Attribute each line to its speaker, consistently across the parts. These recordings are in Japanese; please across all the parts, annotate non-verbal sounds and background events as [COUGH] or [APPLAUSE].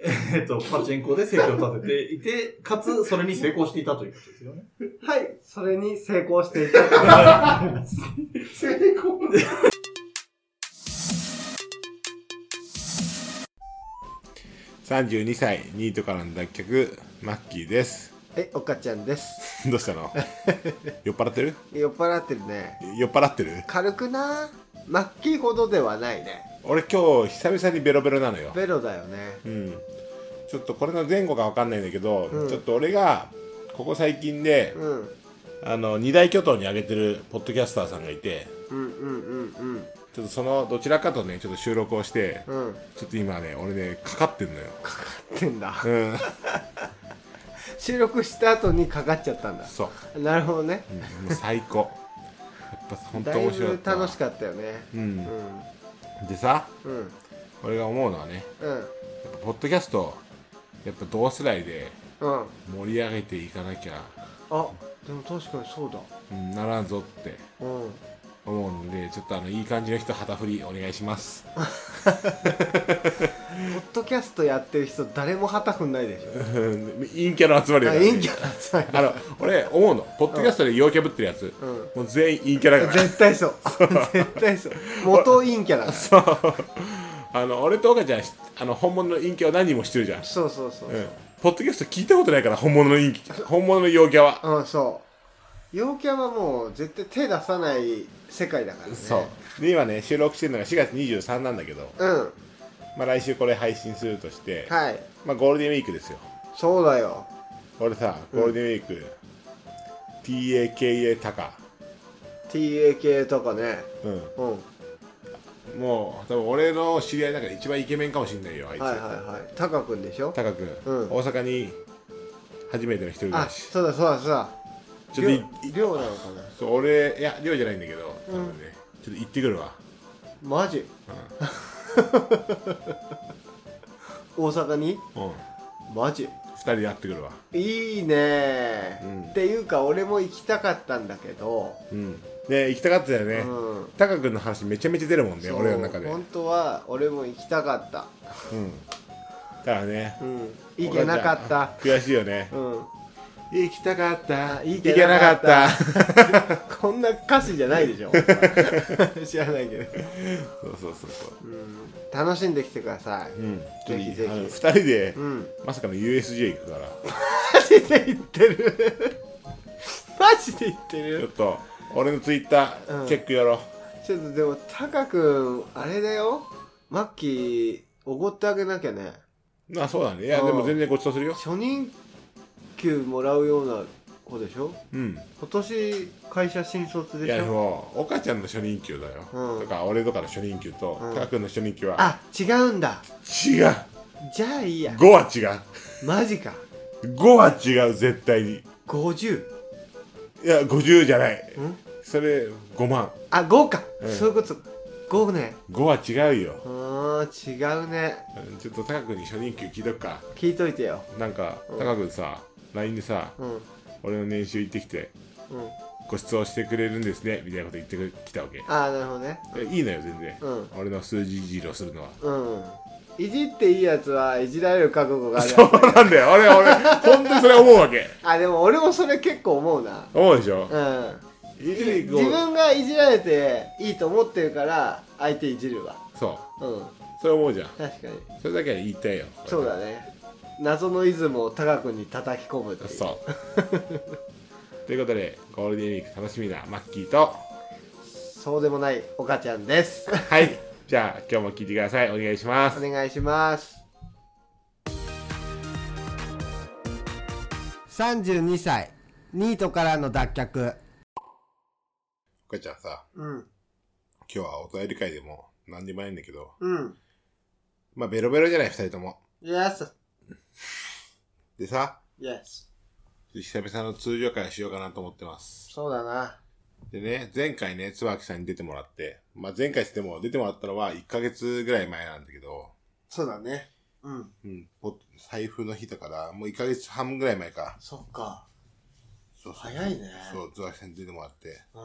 Speaker 1: えっと、パチンコで生計を立てていて、かつ、それに成功していたということですよね。
Speaker 2: はい、それに成功して
Speaker 3: [LAUGHS]
Speaker 2: いた。
Speaker 4: 成功
Speaker 3: 32歳ニートからの脱却マッキーです [LAUGHS]
Speaker 2: はい、おかちゃんです。
Speaker 3: どうしたの酔っ払ってる
Speaker 2: 酔っ払ってるね。
Speaker 3: 酔っ払ってる
Speaker 2: 軽くな。マッキーほどではないね。
Speaker 3: 俺今日久々にベロベロなのよ
Speaker 2: ベロだよね。
Speaker 3: うんちょっとこれの前後が分かんないんだけど、
Speaker 2: うん
Speaker 3: ちょっと俺がここ最近で、
Speaker 2: うん。
Speaker 3: あの二大巨頭に挙げてるポッドキャスターさんがいて
Speaker 2: うんうんうんうん。
Speaker 3: ちょっとそのどちらかとねちょっと収録をして、
Speaker 2: うん。
Speaker 3: ちょっと今ね俺ねかかってんのよ
Speaker 2: ってんだ。
Speaker 3: うん
Speaker 2: 収録した後にかかっちゃったんだ。
Speaker 3: そう、
Speaker 2: なるほどね。
Speaker 3: うん、もう最高やっぱ本当
Speaker 2: だい
Speaker 3: 面白
Speaker 2: ぶ
Speaker 3: った
Speaker 2: 楽しかったよね。
Speaker 3: う
Speaker 2: うんん。
Speaker 3: でさ
Speaker 2: うん。
Speaker 3: 俺が思うのはね
Speaker 2: うん。
Speaker 3: やっぱポッドキャストやっぱ同世代で
Speaker 2: うん。
Speaker 3: 盛り上げていかなきゃ、
Speaker 2: あ、でも確かにそうだ。
Speaker 3: うんならんぞって
Speaker 2: うん。
Speaker 3: 思うんでちょっとあのいい感じの人旗振りお願いします
Speaker 2: ポッドキャストやってる人誰も旗振んないでしょ。
Speaker 3: うん [LAUGHS] 陰キャの集まりだ
Speaker 2: あ
Speaker 3: からね
Speaker 2: 陰キャなんつまり
Speaker 3: あの俺思うのポッドキャストで陽キャぶってるやつ、
Speaker 2: うん。
Speaker 3: もう全員陰キャだから
Speaker 2: [LAUGHS] 絶対
Speaker 3: [LAUGHS]
Speaker 2: そう。絶対そう。元陰キャだから。そ
Speaker 3: あの俺と岡ちゃんしあの本物の陰キャは何人も知ってるじゃん、
Speaker 2: うそうそう。
Speaker 3: うんポッドキャスト聞いたことないから本物の陰キャ本物の陽キャは、
Speaker 2: うん、そう。陽キャはもう絶対手出さない世界だからね。
Speaker 3: そうで今ね収録してるのが4月23なんだけど、
Speaker 2: うん。
Speaker 3: まあ、来週これ配信するとして、
Speaker 2: はい。
Speaker 3: まあ、ゴールデンウィークですよ
Speaker 2: そうだよ。
Speaker 3: 俺さ
Speaker 2: うん
Speaker 3: ゴールデンウィーク、TAKA タカ
Speaker 2: TAK とかね。
Speaker 3: うん
Speaker 2: うん。
Speaker 3: もう多分俺の知り合いの中で一番イケメンかもしんないよあいつ、
Speaker 2: はいはいはい。タカ君でしょ
Speaker 3: タカ君、
Speaker 2: うん
Speaker 3: 大阪に初めての一人暮
Speaker 2: あ、
Speaker 3: らし
Speaker 2: そうだそうだそうだ。
Speaker 3: ちょっとい
Speaker 2: りょ寮なのかな
Speaker 3: そう俺いや寮じゃないんだけど多分ね、ちょっと行ってくるわ
Speaker 2: マジ [LAUGHS] 大阪に
Speaker 3: うん、うん、
Speaker 2: マジ
Speaker 3: 2人で会ってくるわ
Speaker 2: いいね、
Speaker 3: うん
Speaker 2: っていうか俺も行きたかったんだけど、
Speaker 3: うんね行きたかったよね、
Speaker 2: うん
Speaker 3: タカ君の話めちゃめちゃ出るもんね
Speaker 2: そう
Speaker 3: 俺の中で、うん、
Speaker 2: 本当は俺も行きたかった
Speaker 3: だからね
Speaker 2: うん行けなかった
Speaker 3: 悔しいよね
Speaker 2: うん
Speaker 3: 行きたかった
Speaker 2: あ
Speaker 3: 行
Speaker 2: 行
Speaker 3: け
Speaker 2: け
Speaker 3: な
Speaker 2: な
Speaker 3: か
Speaker 2: か
Speaker 3: っ
Speaker 2: ったた [LAUGHS] こんな歌詞じゃないでしょ [LAUGHS] 知らないけど、
Speaker 3: そうそうそうそう
Speaker 2: うん、楽しんできてください、
Speaker 3: うん
Speaker 2: ぜひぜひ
Speaker 3: あの二人で、
Speaker 2: うん
Speaker 3: まさかの USJ 行くから
Speaker 2: マジで言ってるマジで言って
Speaker 3: ちょっ
Speaker 2: る
Speaker 3: と俺のツイッタ
Speaker 2: う
Speaker 3: ー
Speaker 2: ん
Speaker 3: チェックやろう、
Speaker 2: ちょっとでもタカ君あれだよマッキーおごってあげなきゃね
Speaker 3: まあそうだねいや
Speaker 2: うん
Speaker 3: でも全然ごちそうするよ
Speaker 2: 初任給もらうような子でしょ
Speaker 3: うん
Speaker 2: 今年会社新卒
Speaker 3: い
Speaker 2: で
Speaker 3: や
Speaker 2: し
Speaker 3: で
Speaker 2: ょ
Speaker 3: も岡ちゃんの初任給だよ、
Speaker 2: うん
Speaker 3: とか俺とかの初任給と、
Speaker 2: うん
Speaker 3: タカ君の初任給は
Speaker 2: あ違うんだ
Speaker 3: 違う
Speaker 2: じゃあいいや
Speaker 3: 5は違う
Speaker 2: マジか
Speaker 3: 5は違う絶対に
Speaker 2: 50
Speaker 3: いや50じゃない
Speaker 2: ん
Speaker 3: それ5万
Speaker 2: あ5か、
Speaker 3: うん
Speaker 2: そういうこと5ね
Speaker 3: 5は違うよ
Speaker 2: うーん違うね
Speaker 3: うんちょっとタカ君に初任給聞いとくか
Speaker 2: 聞いといてよ
Speaker 3: なんか
Speaker 2: うん
Speaker 3: タカ君さ LINE でさ
Speaker 2: うんうん
Speaker 3: 俺の年収行ってきてご馳走してくれるんですねみたいなこと言ってきたわけ
Speaker 2: ああなるほどね
Speaker 3: いやいいのよ全然、
Speaker 2: うん
Speaker 3: 俺の数字いじりをするのは [LAUGHS]
Speaker 2: うんいじっていいやつはいじられる覚悟がある
Speaker 3: そうなんだよ俺俺本当にそれ思うわけ
Speaker 2: あでも俺もそれ結構思うな
Speaker 3: 思うでしょ
Speaker 2: うん
Speaker 3: いじり
Speaker 2: 自
Speaker 3: こう
Speaker 2: 分がいじられていいと思ってるから相手いじるわ
Speaker 3: そう
Speaker 2: うん
Speaker 3: それ思うじゃん
Speaker 2: 確かに
Speaker 3: それだけは言いたいよ
Speaker 2: そうだね謎のイズムをタカ君に叩き込むという
Speaker 3: そう [LAUGHS] ということでゴールデンウィーク楽しみなマッキーと
Speaker 2: そうでもない岡ちゃんです [LAUGHS]
Speaker 3: はいじゃあ今日も聞いてくださいお願いします
Speaker 2: お願いします32歳ニートからの脱却
Speaker 3: お母ちゃんさ
Speaker 2: うん
Speaker 3: 今日はお便り会でも何でもないんだけど
Speaker 2: うん
Speaker 3: まあベロベロじゃない2人とも
Speaker 2: Yes
Speaker 3: でさ
Speaker 2: Yes
Speaker 3: 久々の通常会しようかなと思ってます
Speaker 2: そうだな
Speaker 3: でね、前回ね、椿さんに出てもらって、まあ、前回っつっても出てもらったのは1ヶ月ぐらい前なんだけど、
Speaker 2: そうだねうん
Speaker 3: うん、ポ財布の日だから、もう1ヶ月半ぐらい前か。
Speaker 2: そっか
Speaker 3: そうそう
Speaker 2: 早いね
Speaker 3: そう、椿さんに出てもらって、
Speaker 2: うん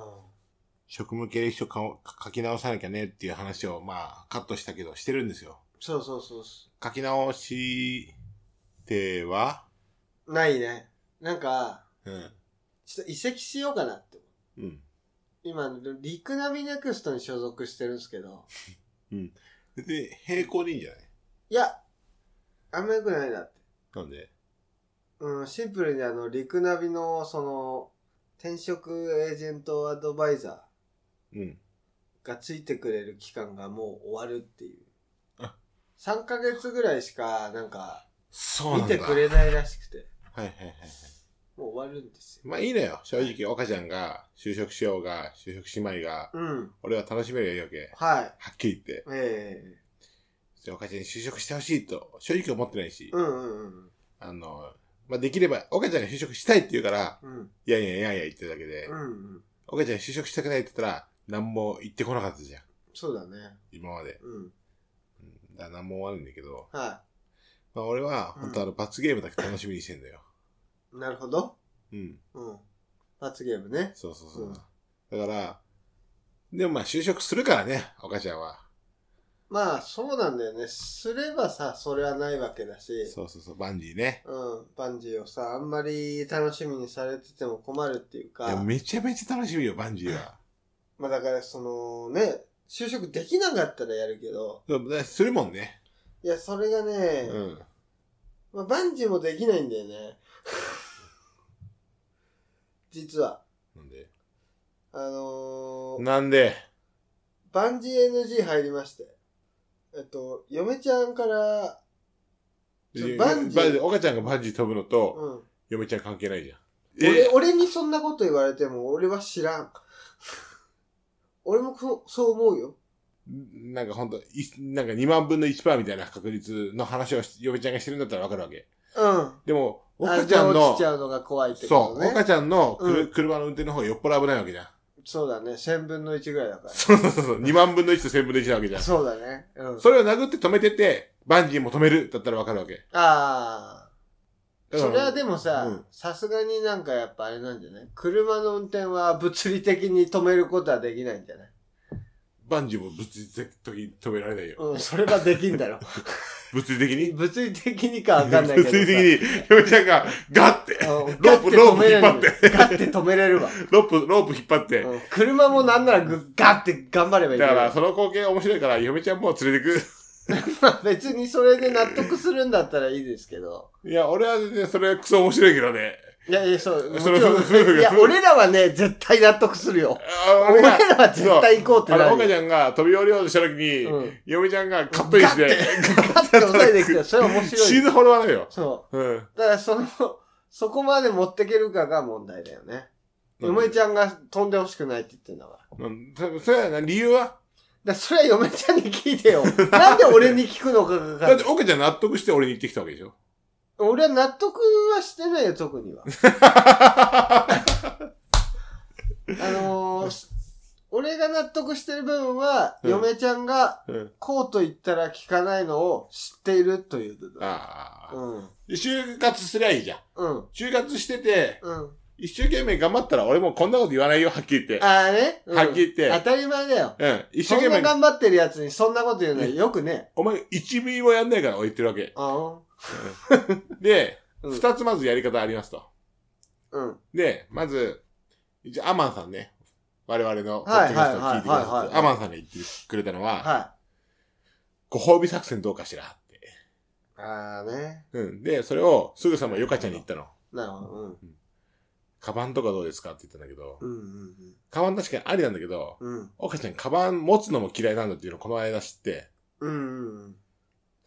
Speaker 3: 職務経歴書かを書き直さなきゃねっていう話を、まあ、カットしたけど、してるんですよ。
Speaker 2: そうそうそう
Speaker 3: 書き直し定は
Speaker 2: ないね。なんか、
Speaker 3: うん。
Speaker 2: ちょっと移籍しようかなって。
Speaker 3: うん。
Speaker 2: 今、リクナビネクストに所属してるんですけど、
Speaker 3: で、平行でいいんじゃない
Speaker 2: いや、あんま良くないなって。
Speaker 3: なんで
Speaker 2: うん、シンプルにあの、リクナビの、その、転職エージェントアドバイザ
Speaker 3: うん。
Speaker 2: ーがついてくれる期間がもう終わるっていう
Speaker 3: あ。
Speaker 2: 3ヶ月ぐらいしか、なんか、
Speaker 3: そう
Speaker 2: 見
Speaker 3: なんだ。
Speaker 2: てくれないらしくて、
Speaker 3: はいはいはい。
Speaker 2: もう終わるんですよ。
Speaker 3: まあいいのよ。正直、岡ちゃんが就職しようが、就職しまいが、
Speaker 2: うん、
Speaker 3: 俺は楽しめるよ、わけ。
Speaker 2: はい。
Speaker 3: はっきり言って。
Speaker 2: え
Speaker 3: 別に岡ちゃんに就職してほしいと、正直思ってないし
Speaker 2: え、うんうん
Speaker 3: あの、まあできれば、岡ちゃんが就職したいって言うから、
Speaker 2: うん。うん、
Speaker 3: いやいやいやいや言ってるだけで
Speaker 2: う、ん、うん。
Speaker 3: 岡ちゃん就職したくないって言ったら、何も言ってこなかったじゃん。
Speaker 2: そうだね。
Speaker 3: 今まで。
Speaker 2: うん、
Speaker 3: うん、だから何も悪いんだけど、
Speaker 2: は
Speaker 3: まあ俺は、本当あの、罰ゲームだけ楽しみにしてんだよ。
Speaker 2: い。なるほど。
Speaker 3: うん。
Speaker 2: うん。罰ゲームね。
Speaker 3: そうそうそう。
Speaker 2: うん
Speaker 3: だから、でもまあ就職するからね、岡ちゃんは。
Speaker 2: まあ、そうなんだよね。すればさ、それはないわけだし。
Speaker 3: そうそうそう、バンジーね。
Speaker 2: うん、バンジーをさ、あんまり楽しみにされてても困るっていう
Speaker 3: いや、
Speaker 2: か、
Speaker 3: めちゃめちゃ楽しみよ、バンジーは。
Speaker 2: まあだからそのね、就職できなかったらやるけど、
Speaker 3: そうだするもんね。
Speaker 2: いや、それがね、
Speaker 3: うん。
Speaker 2: まあ、バンジーもできないんだよね。 [LAUGHS] 実は。
Speaker 3: なんで
Speaker 2: あのー、
Speaker 3: なんで
Speaker 2: バンジー NG 入りまして。えっと、嫁ちゃんから、ちょバンジー
Speaker 3: 岡ちゃんがバンジー飛ぶのと、
Speaker 2: うん。
Speaker 3: 嫁ちゃん関係ないじゃん。
Speaker 2: 俺、俺にそんなこと言われても俺は知らん。 [LAUGHS] 俺もこそう思うよ。
Speaker 3: なんかほんと、いなんか2万分の1%みたいな確率の話をし嫁ちゃんがしてるんだったらわかるわけ。
Speaker 2: うん。
Speaker 3: でも、
Speaker 2: あ
Speaker 3: 岡ちゃん
Speaker 2: 落
Speaker 3: の
Speaker 2: ちち、ゃうのが怖いってこ
Speaker 3: そ
Speaker 2: と
Speaker 3: う、
Speaker 2: ね。
Speaker 3: 岡ちゃんのくる、
Speaker 2: うん
Speaker 3: 車の運転の方がよっぽど危ないわけじゃん。
Speaker 2: そうだね。千分の一ぐらいだか
Speaker 3: そうそうそう、2万分の1と1000分の1なわけじゃ
Speaker 2: ら。
Speaker 3: ん。
Speaker 2: そうだね。うん。
Speaker 3: それを殴って止めてて、バンジーも止めるだったらわかるわけ。
Speaker 2: ああ。
Speaker 3: だから
Speaker 2: それはでもさ
Speaker 3: うん、
Speaker 2: さすがになんかやっぱあれなんじゃない車の運転は物理的に止めることはできないんじゃない
Speaker 3: バンジーも物理的に止められないよ。
Speaker 2: うん、それはできんだろ。
Speaker 3: 物理的
Speaker 2: [LAUGHS]
Speaker 3: に
Speaker 2: 物理的にかわかんないけどさ。
Speaker 3: 物理的に、嫁ちゃんがガッて、
Speaker 2: うん。
Speaker 3: ロープ
Speaker 2: ガッて止めれる
Speaker 3: ロープ引っ
Speaker 2: ガッて止めれるわ。
Speaker 3: ロープ、ロープ引っ張って。
Speaker 2: うん車もなんならぐガッて頑張ればいい
Speaker 3: だ
Speaker 2: けど
Speaker 3: から、その光景面白いから、嫁ちゃんも連れて
Speaker 2: [LAUGHS] まあ別にそれで納得するんだったらいいですけど。
Speaker 3: く。 [LAUGHS] いや、俺は全然それクソ面白いけどね。
Speaker 2: いやいや、そう。もち
Speaker 3: それ
Speaker 2: ろ
Speaker 3: 夫婦
Speaker 2: ん
Speaker 3: が
Speaker 2: いや
Speaker 3: 夫、婦
Speaker 2: 俺らはね、絶対納得するよ。
Speaker 3: あ
Speaker 2: 俺
Speaker 3: 俺
Speaker 2: ら
Speaker 3: が、
Speaker 2: は絶対行こうって
Speaker 3: あ
Speaker 2: な
Speaker 3: の、
Speaker 2: る
Speaker 3: 岡ち
Speaker 2: よ。
Speaker 3: ゃんが飛び降りようとした時に、
Speaker 2: うん
Speaker 3: 嫁ちゃんがカットインして、
Speaker 2: ガッて抑えてきて、それは面白
Speaker 3: 死
Speaker 2: い。
Speaker 3: ぬほど笑うよ。
Speaker 2: そ
Speaker 3: うん。
Speaker 2: う。だからその、そこまで持ってけるかが問題だよね。嫁ち
Speaker 3: ゃ
Speaker 2: ゃんが飛んでほしくないって言ってんだから。だか
Speaker 3: ん。うん、そそれはな、理由は
Speaker 2: らそれは嫁ちゃんに聞いて
Speaker 3: [LAUGHS]
Speaker 2: よ。なんで俺に聞くのかが
Speaker 3: だ
Speaker 2: か
Speaker 3: って、岡ちゃん納得して俺に言ってきたわけで [LAUGHS] しょ。
Speaker 2: 俺は納得はしてないよ、特には。あのー、俺が納得してる部分は、
Speaker 3: うん
Speaker 2: 嫁ちゃんが
Speaker 3: うん。
Speaker 2: こうと言ったら聞かないのを知っているという部分。
Speaker 3: ああ。
Speaker 2: うん。
Speaker 3: で就活すりゃいいじゃん。
Speaker 2: うん。
Speaker 3: 就活してて、
Speaker 2: うん。
Speaker 3: 一生懸命頑張ったら俺もこんなこと言わないよ、はっきり言って。
Speaker 2: ああね。うん
Speaker 3: はっきり言って
Speaker 2: 当たり前だよ。
Speaker 3: うん。一
Speaker 2: そ
Speaker 3: 生
Speaker 2: ん
Speaker 3: 懸
Speaker 2: な
Speaker 3: 命、
Speaker 2: 頑張ってるやつにそんなこと言うのはよくね。
Speaker 3: お前一ミリもやんないから俺言ってるわけ。
Speaker 2: あ
Speaker 3: で、
Speaker 2: うん
Speaker 3: 二、つまずやり方ありますと。
Speaker 2: あ。うん。
Speaker 3: で、まず、一応アマンさんね。我々のポッドキャストを聞いてくだ
Speaker 2: はいはいはい
Speaker 3: さっ
Speaker 2: はい
Speaker 3: て、アマンさんが言ってくれたのは、
Speaker 2: は
Speaker 3: ご褒美作戦どうかしらって。
Speaker 2: い。ああね。
Speaker 3: うん。で、それをすぐさまヨカちゃんに言ったの。
Speaker 2: なるほど。うん。
Speaker 3: カバンとかどうですかって言ったんだけど、
Speaker 2: うんうん
Speaker 3: カバン確かにありなんだけど、
Speaker 2: うん。うん。
Speaker 3: 岡ちゃんカバン持つのも嫌いなんだっていうのをこの間知って、
Speaker 2: うんうんうん。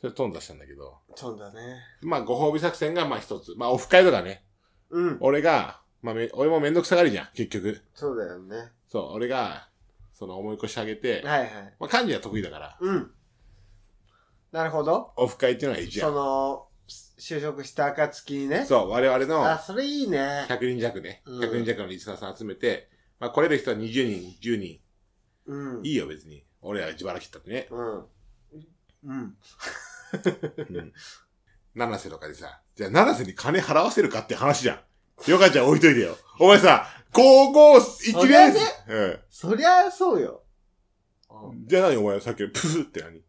Speaker 3: それ頓挫したんだけど、
Speaker 2: そうだね。
Speaker 3: まあご褒美作戦がまあ一つ。まあオフ会とかね、
Speaker 2: うん。
Speaker 3: 俺が、まあめ、俺もめんどくさがりじゃん、結局。
Speaker 2: そうだよね。
Speaker 3: そう、俺が、その思い越し上げて、
Speaker 2: はいはい。
Speaker 3: まあ漢字は得意だから、
Speaker 2: うん。なるほど。
Speaker 3: オフ会っていうのが一
Speaker 2: そ
Speaker 3: 応。
Speaker 2: の、就職した暁にね。
Speaker 3: そう、我々の
Speaker 2: あ、それいいね。
Speaker 3: 100人弱ね、
Speaker 2: うん
Speaker 3: 100人弱のリスナーさん集めて、まあ来れる人は20人、10人。
Speaker 2: うん。
Speaker 3: いいよ、別に。俺ら自腹切ったってね。
Speaker 2: うん。うん。
Speaker 3: うん。七瀬とかでさ、じゃあ七瀬に金払わせるかって話じゃん。よかちゃん置いといてよ。お前さ、高校1年生
Speaker 2: そ、
Speaker 3: うん。
Speaker 2: そりゃそうよ。
Speaker 3: じゃあ何お前さっきのプーって何
Speaker 2: い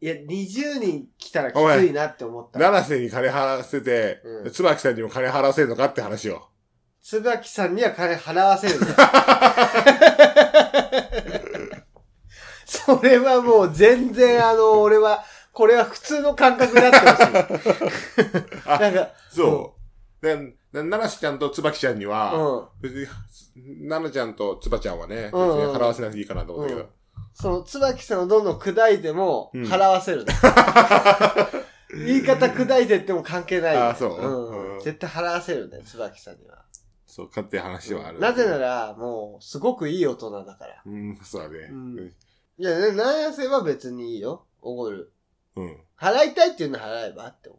Speaker 2: や、20人来たらきついなって思った。
Speaker 3: 七瀬に金払わせて、
Speaker 2: うん
Speaker 3: 椿さんにも金払わせるのかって話を。
Speaker 2: 椿さんには金払わせる
Speaker 3: [LAUGHS]
Speaker 2: な。 [LAUGHS] それはもう全然あの、俺は、これは普通の感覚になってほしい。
Speaker 3: [LAUGHS] あ
Speaker 2: なんか、
Speaker 3: そう。で、なならしちゃんとつばきちゃんには、
Speaker 2: うん。
Speaker 3: 別に、ななちゃんとつばちゃんはね、別に
Speaker 2: うんうん
Speaker 3: 払わせなくていいかなと思ったけど。
Speaker 2: その、椿さんをどんどん砕いても、
Speaker 3: うん
Speaker 2: 払わせるな。
Speaker 3: [LAUGHS]
Speaker 2: 言い方砕いてっても関係ない。
Speaker 3: あそううん
Speaker 2: ん。絶対払わせるね、椿さんには。
Speaker 3: [LAUGHS] そうかって話はある。
Speaker 2: なぜなら、もう、すごくいい大人だから。
Speaker 3: うん、そうだね。
Speaker 2: う
Speaker 3: うんん。
Speaker 2: いや、でなんやせは別にいいよ。おごる。
Speaker 3: うん。
Speaker 2: 払いたいっていうのは払えばって思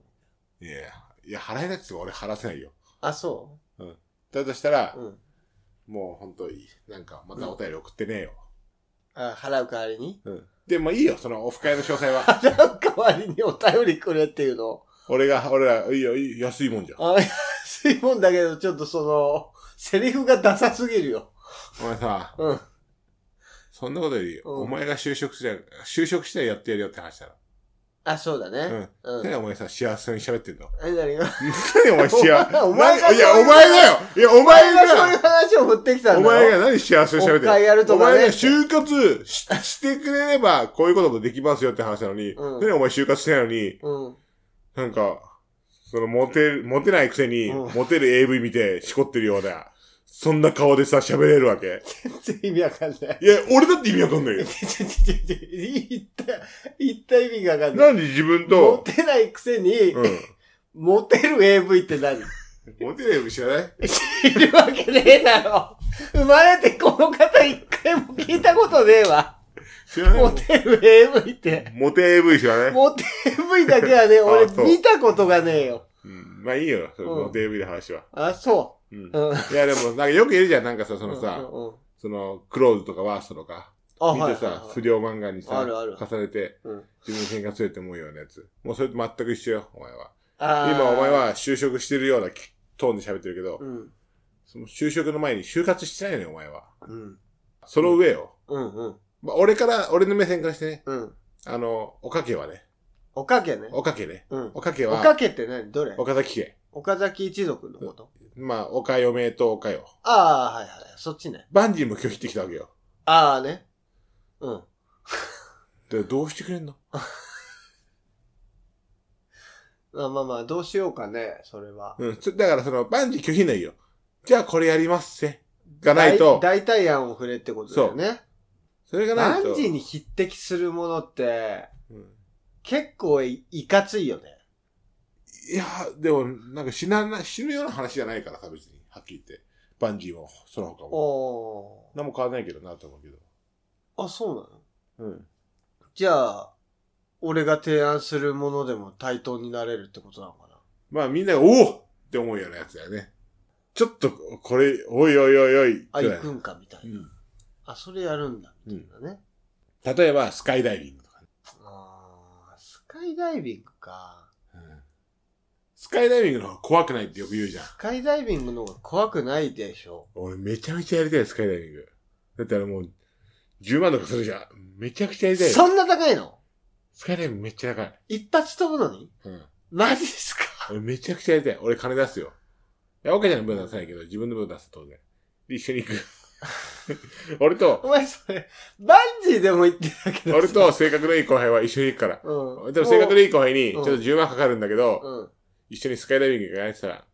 Speaker 2: う。
Speaker 3: いやいや、いや、払えないっつっても俺払わせないよ。
Speaker 2: あ、そ
Speaker 3: だとしたら
Speaker 2: う、うん。
Speaker 3: もう本当に、なんか、またお便り送ってねえよ。
Speaker 2: あ払う代わりに
Speaker 3: うん。でもいいよ、そのオフ会の詳
Speaker 2: [LAUGHS]
Speaker 3: 細は。
Speaker 2: 払う代わりにお便りくれっていうの。
Speaker 3: 俺が、俺ら、いいよ、いいよ安いもんじゃん。
Speaker 2: あ、安いもんだけど、ちょっとその、セリフがダサすぎるよ。
Speaker 3: お前さ、
Speaker 2: うん。
Speaker 3: そんなことより、
Speaker 2: うん
Speaker 3: お前が就職したら、就職したらやってやるよって話だろ。
Speaker 2: あ、そうだ
Speaker 3: う
Speaker 2: ね。
Speaker 3: ん。
Speaker 2: うん。
Speaker 3: 何お前さ、幸せに喋ってんの [LAUGHS]
Speaker 2: え、何が
Speaker 3: 何お前幸せ。
Speaker 2: お前が
Speaker 3: 何いや、
Speaker 2: そうい
Speaker 3: お
Speaker 2: う
Speaker 3: 前だよいや、お
Speaker 2: お前
Speaker 3: 前
Speaker 2: がそうい
Speaker 3: が
Speaker 2: う話を振ってきた
Speaker 3: お
Speaker 2: んだろ
Speaker 3: 前が何幸せに喋ってん
Speaker 2: おっかいやると
Speaker 3: のお
Speaker 2: かね
Speaker 3: 前が就活ししてくれれば、こういうこともできますよって話なのに、
Speaker 2: うん
Speaker 3: 何お前就活してないのに、
Speaker 2: うん。
Speaker 3: なんか、その、モテる、モテないくせに、
Speaker 2: うん
Speaker 3: モテる AV 見て、しこってるような、そんな顔でさ、喋れるわけ。
Speaker 2: 全然意味わかんない。
Speaker 3: いや、俺だって意味わかんないよ。
Speaker 2: ちょちょちょちょ言った、言った意味がわかん [LAUGHS] ない。
Speaker 3: なんで自分
Speaker 2: モ
Speaker 3: と、
Speaker 2: テないくせに、
Speaker 3: うん。
Speaker 2: モテる AV って何
Speaker 3: モテる AV 知らない
Speaker 2: いるわけねえだろ。生まれてこの方一回も聞いたことねえわ。
Speaker 3: 知らない
Speaker 2: モテる AV って。
Speaker 3: モテ AV 知らない
Speaker 2: モテ AV だけはね、俺
Speaker 3: そう
Speaker 2: 見たことがねえよ。
Speaker 3: うん。まあいいよ、その
Speaker 2: うん
Speaker 3: モテ AV の話は。
Speaker 2: あ、そ
Speaker 3: うん
Speaker 2: う。。うん。
Speaker 3: いや、でも、なんかよく言うじゃん、なんかさ、その
Speaker 2: うん
Speaker 3: さ、
Speaker 2: うんうん
Speaker 3: その、クローズとかワーストとか、
Speaker 2: あ、
Speaker 3: 見
Speaker 2: はい
Speaker 3: て
Speaker 2: はい
Speaker 3: さ
Speaker 2: は、い。
Speaker 3: 不良漫画にさ
Speaker 2: あるある、
Speaker 3: 重ねて
Speaker 2: うん、
Speaker 3: 自分の喧嘩強いって思うようなやつ。もうそれと全く一緒よ、お前は。
Speaker 2: あー
Speaker 3: 今お前、は就職してるようなきトーンで喋ってるけど、
Speaker 2: うん。
Speaker 3: その就職の前に就活してないのよ、お前は。
Speaker 2: うん。
Speaker 3: その上よ。
Speaker 2: うんうん。
Speaker 3: まあ、俺から、俺の目線からしてね、
Speaker 2: うん。
Speaker 3: あの、おかけはね、
Speaker 2: おかけね。
Speaker 3: おかけね、
Speaker 2: うん。
Speaker 3: おかけ
Speaker 2: お
Speaker 3: は、
Speaker 2: かけって何どれ
Speaker 3: 岡崎家。
Speaker 2: 岡崎一族のこと
Speaker 3: まあ、岡嫁と岡よ。
Speaker 2: ああ、はいはい。そっちね。
Speaker 3: バンジーも拒否ってきたわけよ。
Speaker 2: ああね。うん。
Speaker 3: で、どうしてくれんの
Speaker 2: まあまあまあ、どうしようかね、それは。
Speaker 3: うん。そだからその、バンジー拒否ないよ。じゃあこれやりますせ。がないと、
Speaker 2: 大体案を触れってことだよね。
Speaker 3: それがな
Speaker 2: バ
Speaker 3: いと。
Speaker 2: ンジーに匹敵するものって、
Speaker 3: うん
Speaker 2: 結構いいかついよね。
Speaker 3: いや、でも、なんか死なな、死ぬような話じゃないからさ、別に。はっきり言って。バンジーも、その他も。
Speaker 2: お
Speaker 3: 何も変わらないけどなと思うけど。
Speaker 2: ー。あ、そうなの
Speaker 3: うん。
Speaker 2: じゃあ、俺が提案するものでも対等になれるってことなのかな
Speaker 3: まあみんなが、おおって思うようなやつだよね。ちょっと、これ、おいおいおいおい。
Speaker 2: あ、
Speaker 3: ぐら
Speaker 2: 行
Speaker 3: い
Speaker 2: くんかみたいうな。
Speaker 3: ん。
Speaker 2: あ、それやるんだ。
Speaker 3: う
Speaker 2: み
Speaker 3: ん。
Speaker 2: たいなね。
Speaker 3: 例えば、スカイダイビングとか、ね
Speaker 2: あースカイダイビングか。
Speaker 3: うんスカイダイビングの方が怖くないってよく言うじゃん。
Speaker 2: スカイダイビングの方が怖くないでしょ。
Speaker 3: 俺めちゃめちゃやりたい、スカイダイビング。だってあれもう、10万とかするじゃん。めちゃくちゃやりたいよ。
Speaker 2: そんな高いの
Speaker 3: スカイダイビングめっちゃ高い。
Speaker 2: 一発飛ぶのに
Speaker 3: うん。
Speaker 2: マジっすか
Speaker 3: 俺めちゃくちゃやりたい。俺金出すよ。いや、岡ちゃんの分は出さないけど、自分の分は出す、当然。で、一緒に行く。
Speaker 2: [LAUGHS]
Speaker 3: 俺と、
Speaker 2: お前それ、バンジーでも言ってたけど。
Speaker 3: 俺と性格のいい後輩は一緒に行くから。
Speaker 2: うん。
Speaker 3: でも性格のいい後輩に、ち
Speaker 2: う
Speaker 3: ょ
Speaker 2: ん
Speaker 3: っと10万かかるんだけど、
Speaker 2: うん。
Speaker 3: 一緒にスカイダイビングがやってたら、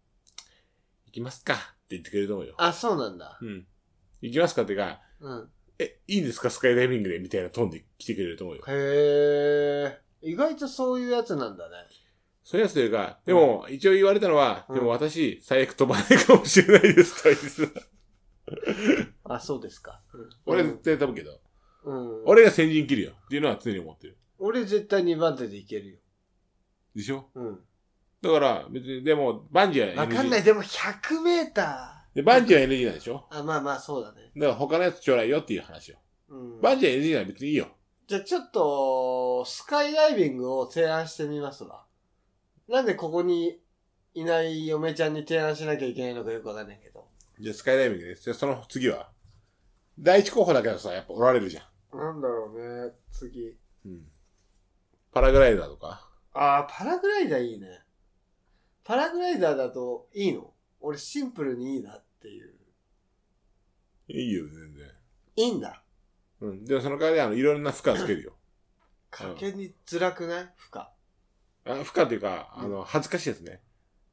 Speaker 3: 行きますかって言ってくれると思うよ。
Speaker 2: あ、そうなんだ
Speaker 3: う。ん。行きますかってか、
Speaker 2: うん。
Speaker 3: え、いいんですかスカイダイビングでみたいなトーンで来てくれると思うよ。
Speaker 2: へえ。意外とそういうやつなんだね。
Speaker 3: そういうやつというか、でも、一応言われたのは、
Speaker 2: うん
Speaker 3: でも私、最悪飛ばないかもしれないですとは言ってた。
Speaker 2: あ、そうですか。うん
Speaker 3: 俺は絶対飛ぶけど、
Speaker 2: うん。
Speaker 3: 俺が先陣切るよっていうのは常に思ってる。
Speaker 2: 俺絶対2番手でいけるよ。
Speaker 3: でしょ
Speaker 2: うん。
Speaker 3: だから、別に、でも、バンジーは NG。
Speaker 2: わかんない。でも100メータ
Speaker 3: で、バンジーは NG なんでしょ
Speaker 2: ー。あ、まあまあ、そうだね。
Speaker 3: だから他のやつちょうだいよっていう話よ。
Speaker 2: うん。
Speaker 3: バンジーは NG なら別にいいよ。
Speaker 2: じゃあちょっと、スカイダイビングを提案してみますわ。なんでここにいない嫁ちゃんに提案しなきゃいけないのかよくわかんないけど。
Speaker 3: じゃあ、スカイダイビングです。じゃあ、その次は第一候補だけどさ、やっぱおられるじゃん。
Speaker 2: なんだろうね、次。
Speaker 3: うん。パラグライダーとか。
Speaker 2: ああ、パラグライダーいいね。パラグライダーだといいの俺シンプルにいいなっていう。
Speaker 3: いいよ、全然。
Speaker 2: いいんだ。
Speaker 3: うん。でもその代わり、あの、いろんな負荷つけるよ。
Speaker 2: かけに辛くない負荷。
Speaker 3: あ負荷っていうか、あの、恥ずかしいやつね。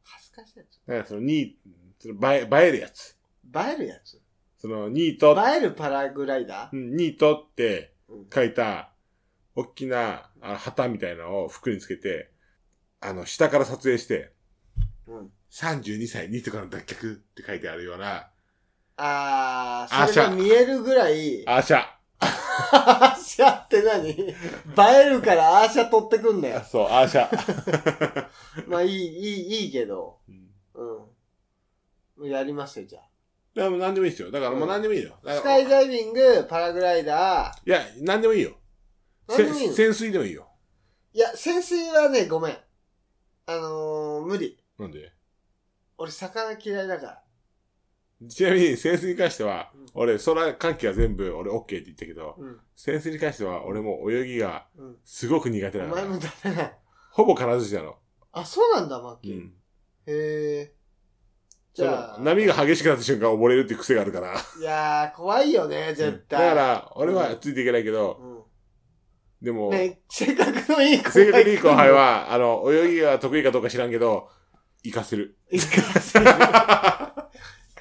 Speaker 2: 恥ずかしいやつ。
Speaker 3: だからその2、その映え、映えるやつ。
Speaker 2: 映えるやつ。
Speaker 3: そのニート、
Speaker 2: 映えるパラグライダー
Speaker 3: うんニートって
Speaker 2: うん
Speaker 3: 書いた、大きなあ旗みたいなのを服につけて、あの、下から撮影して、
Speaker 2: うん。
Speaker 3: 32歳ニートからの脱却って書いてあるような、
Speaker 2: あ
Speaker 3: あ
Speaker 2: あ、それが
Speaker 3: シャ
Speaker 2: 見えるぐらい、
Speaker 3: アーシャ。
Speaker 2: アーシャって何映えるからアーシャ取ってくんだよ。
Speaker 3: そう、アーシャ。 [LAUGHS]
Speaker 2: まあいい、いい、いいけど。
Speaker 3: うん
Speaker 2: うん。やりますよ、じゃあ。
Speaker 3: でも何でもいいですよ。だからもう何でもいいよ。だ
Speaker 2: ス
Speaker 3: から
Speaker 2: カイ
Speaker 3: い
Speaker 2: ダイビング、パラグライダー。
Speaker 3: や、何でもいいよ。
Speaker 2: 何でもいい
Speaker 3: せ
Speaker 2: の
Speaker 3: 潜水でもいいよ。
Speaker 2: いや、潜水はね、ごめん。あのー、無理。
Speaker 3: なんで
Speaker 2: 俺、魚嫌いだから。
Speaker 3: ちなみに潜水に関しては
Speaker 2: うん、
Speaker 3: 俺、空関係は全部俺 OK って言ったけど、
Speaker 2: うん。
Speaker 3: 潜水に関しては俺も泳ぎが
Speaker 2: うん。
Speaker 3: すごく苦手
Speaker 2: お
Speaker 3: な
Speaker 2: 前も
Speaker 3: の。
Speaker 2: ダメだ。
Speaker 3: ほぼ金槌なの。
Speaker 2: あ、そうなんだ、マッ
Speaker 3: う
Speaker 2: キー。
Speaker 3: ん。
Speaker 2: へえ。
Speaker 3: そ
Speaker 2: じゃあ
Speaker 3: の、波が激しくなった瞬間溺れるっていう癖があるから。
Speaker 2: いやー、怖いよね、絶対。
Speaker 3: だか、ら、俺はついていけないけど、
Speaker 2: う
Speaker 3: でも
Speaker 2: ん。、ね、性格のいい後輩。
Speaker 3: 正確にいい後輩。は、あの、泳ぎが得意かどうか知らんけど、行かせる。
Speaker 2: いかせる。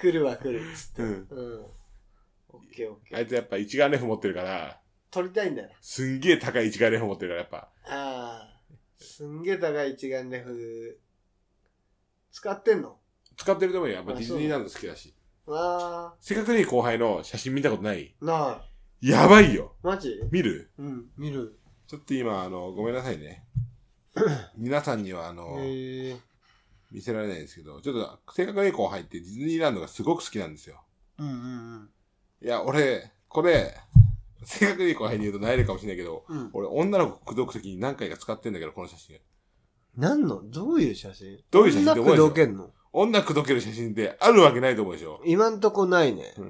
Speaker 2: 来るわ、来る。つって。
Speaker 3: うん
Speaker 2: うん。オッケーオッケ
Speaker 3: あ
Speaker 2: ー。
Speaker 3: いつやっぱ一眼レフ持ってるから、
Speaker 2: 取りたいんだよな。
Speaker 3: すんげえ高い一眼レフ持ってるから、やっぱ。
Speaker 2: ああ。すんげえ高い一眼レフ。使ってんの
Speaker 3: 使ってるでもいいよやっぱ
Speaker 2: あ
Speaker 3: ディズニーランド好きだし。
Speaker 2: わ
Speaker 3: 正確にいい後輩の写真見たことない
Speaker 2: あ。なあ。
Speaker 3: やばいよ
Speaker 2: マジ
Speaker 3: 見る
Speaker 2: うん。見る。
Speaker 3: ちょっと今、あの、ごめんなさい [COUGHS] ね。皆さんには、あの、
Speaker 2: へえ。
Speaker 3: 見せられないですけど、ちょっと、正確にいい後輩ってディズニーランドがすごく好きなんですよ。
Speaker 2: うんうん
Speaker 3: いや、俺、これ、正確にいい後輩に言うと慣れるかもしれないけど、
Speaker 2: うん。うん。
Speaker 3: 俺、女の子口説くときに何回か使ってんだけど、この写真。
Speaker 2: 何のどういう写真
Speaker 3: どういう写真
Speaker 2: どんな口説けんの
Speaker 3: 女口説ける写真ってあるわけないと思うでしょ。
Speaker 2: 今んとこないね。
Speaker 3: こ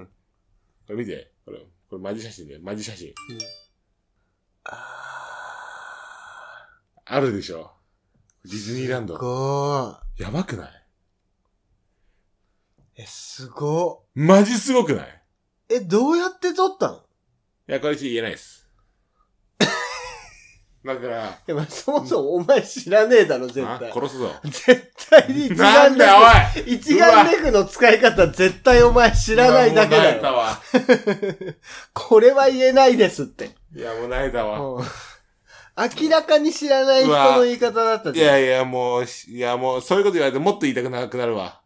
Speaker 3: れ見て、これ、これマジ写真だよ、マジ写真。
Speaker 2: あ
Speaker 3: あるでしょ。ディズニーラン
Speaker 2: ー
Speaker 3: ド。
Speaker 2: ご
Speaker 3: やばくない
Speaker 2: ー。え、すご
Speaker 3: マジすごくない
Speaker 2: ー。え、どうやって撮ったの
Speaker 3: いや、これちょっと言えないです。 [LAUGHS] だから、
Speaker 2: いや、まあ、そもそもお前知らねえだろ、絶
Speaker 3: あ
Speaker 2: 対。
Speaker 3: 殺すぞ。
Speaker 2: 絶対に一
Speaker 3: な
Speaker 2: 眼
Speaker 3: んだ
Speaker 2: レ
Speaker 3: よ、
Speaker 2: フ。
Speaker 3: おい
Speaker 2: 一眼レフの使い方絶対お前知らないだけだ
Speaker 3: いやもう慣れ
Speaker 2: よ。
Speaker 3: たわ。
Speaker 2: これは言えないですって。
Speaker 3: いや、もう慣れたわ。
Speaker 2: 明らかに知らない人の言い方だった
Speaker 3: い
Speaker 2: じゃん。
Speaker 3: やいや、もう、しいや、もう、そういうこと言われてもっと言いたくなくなるわ。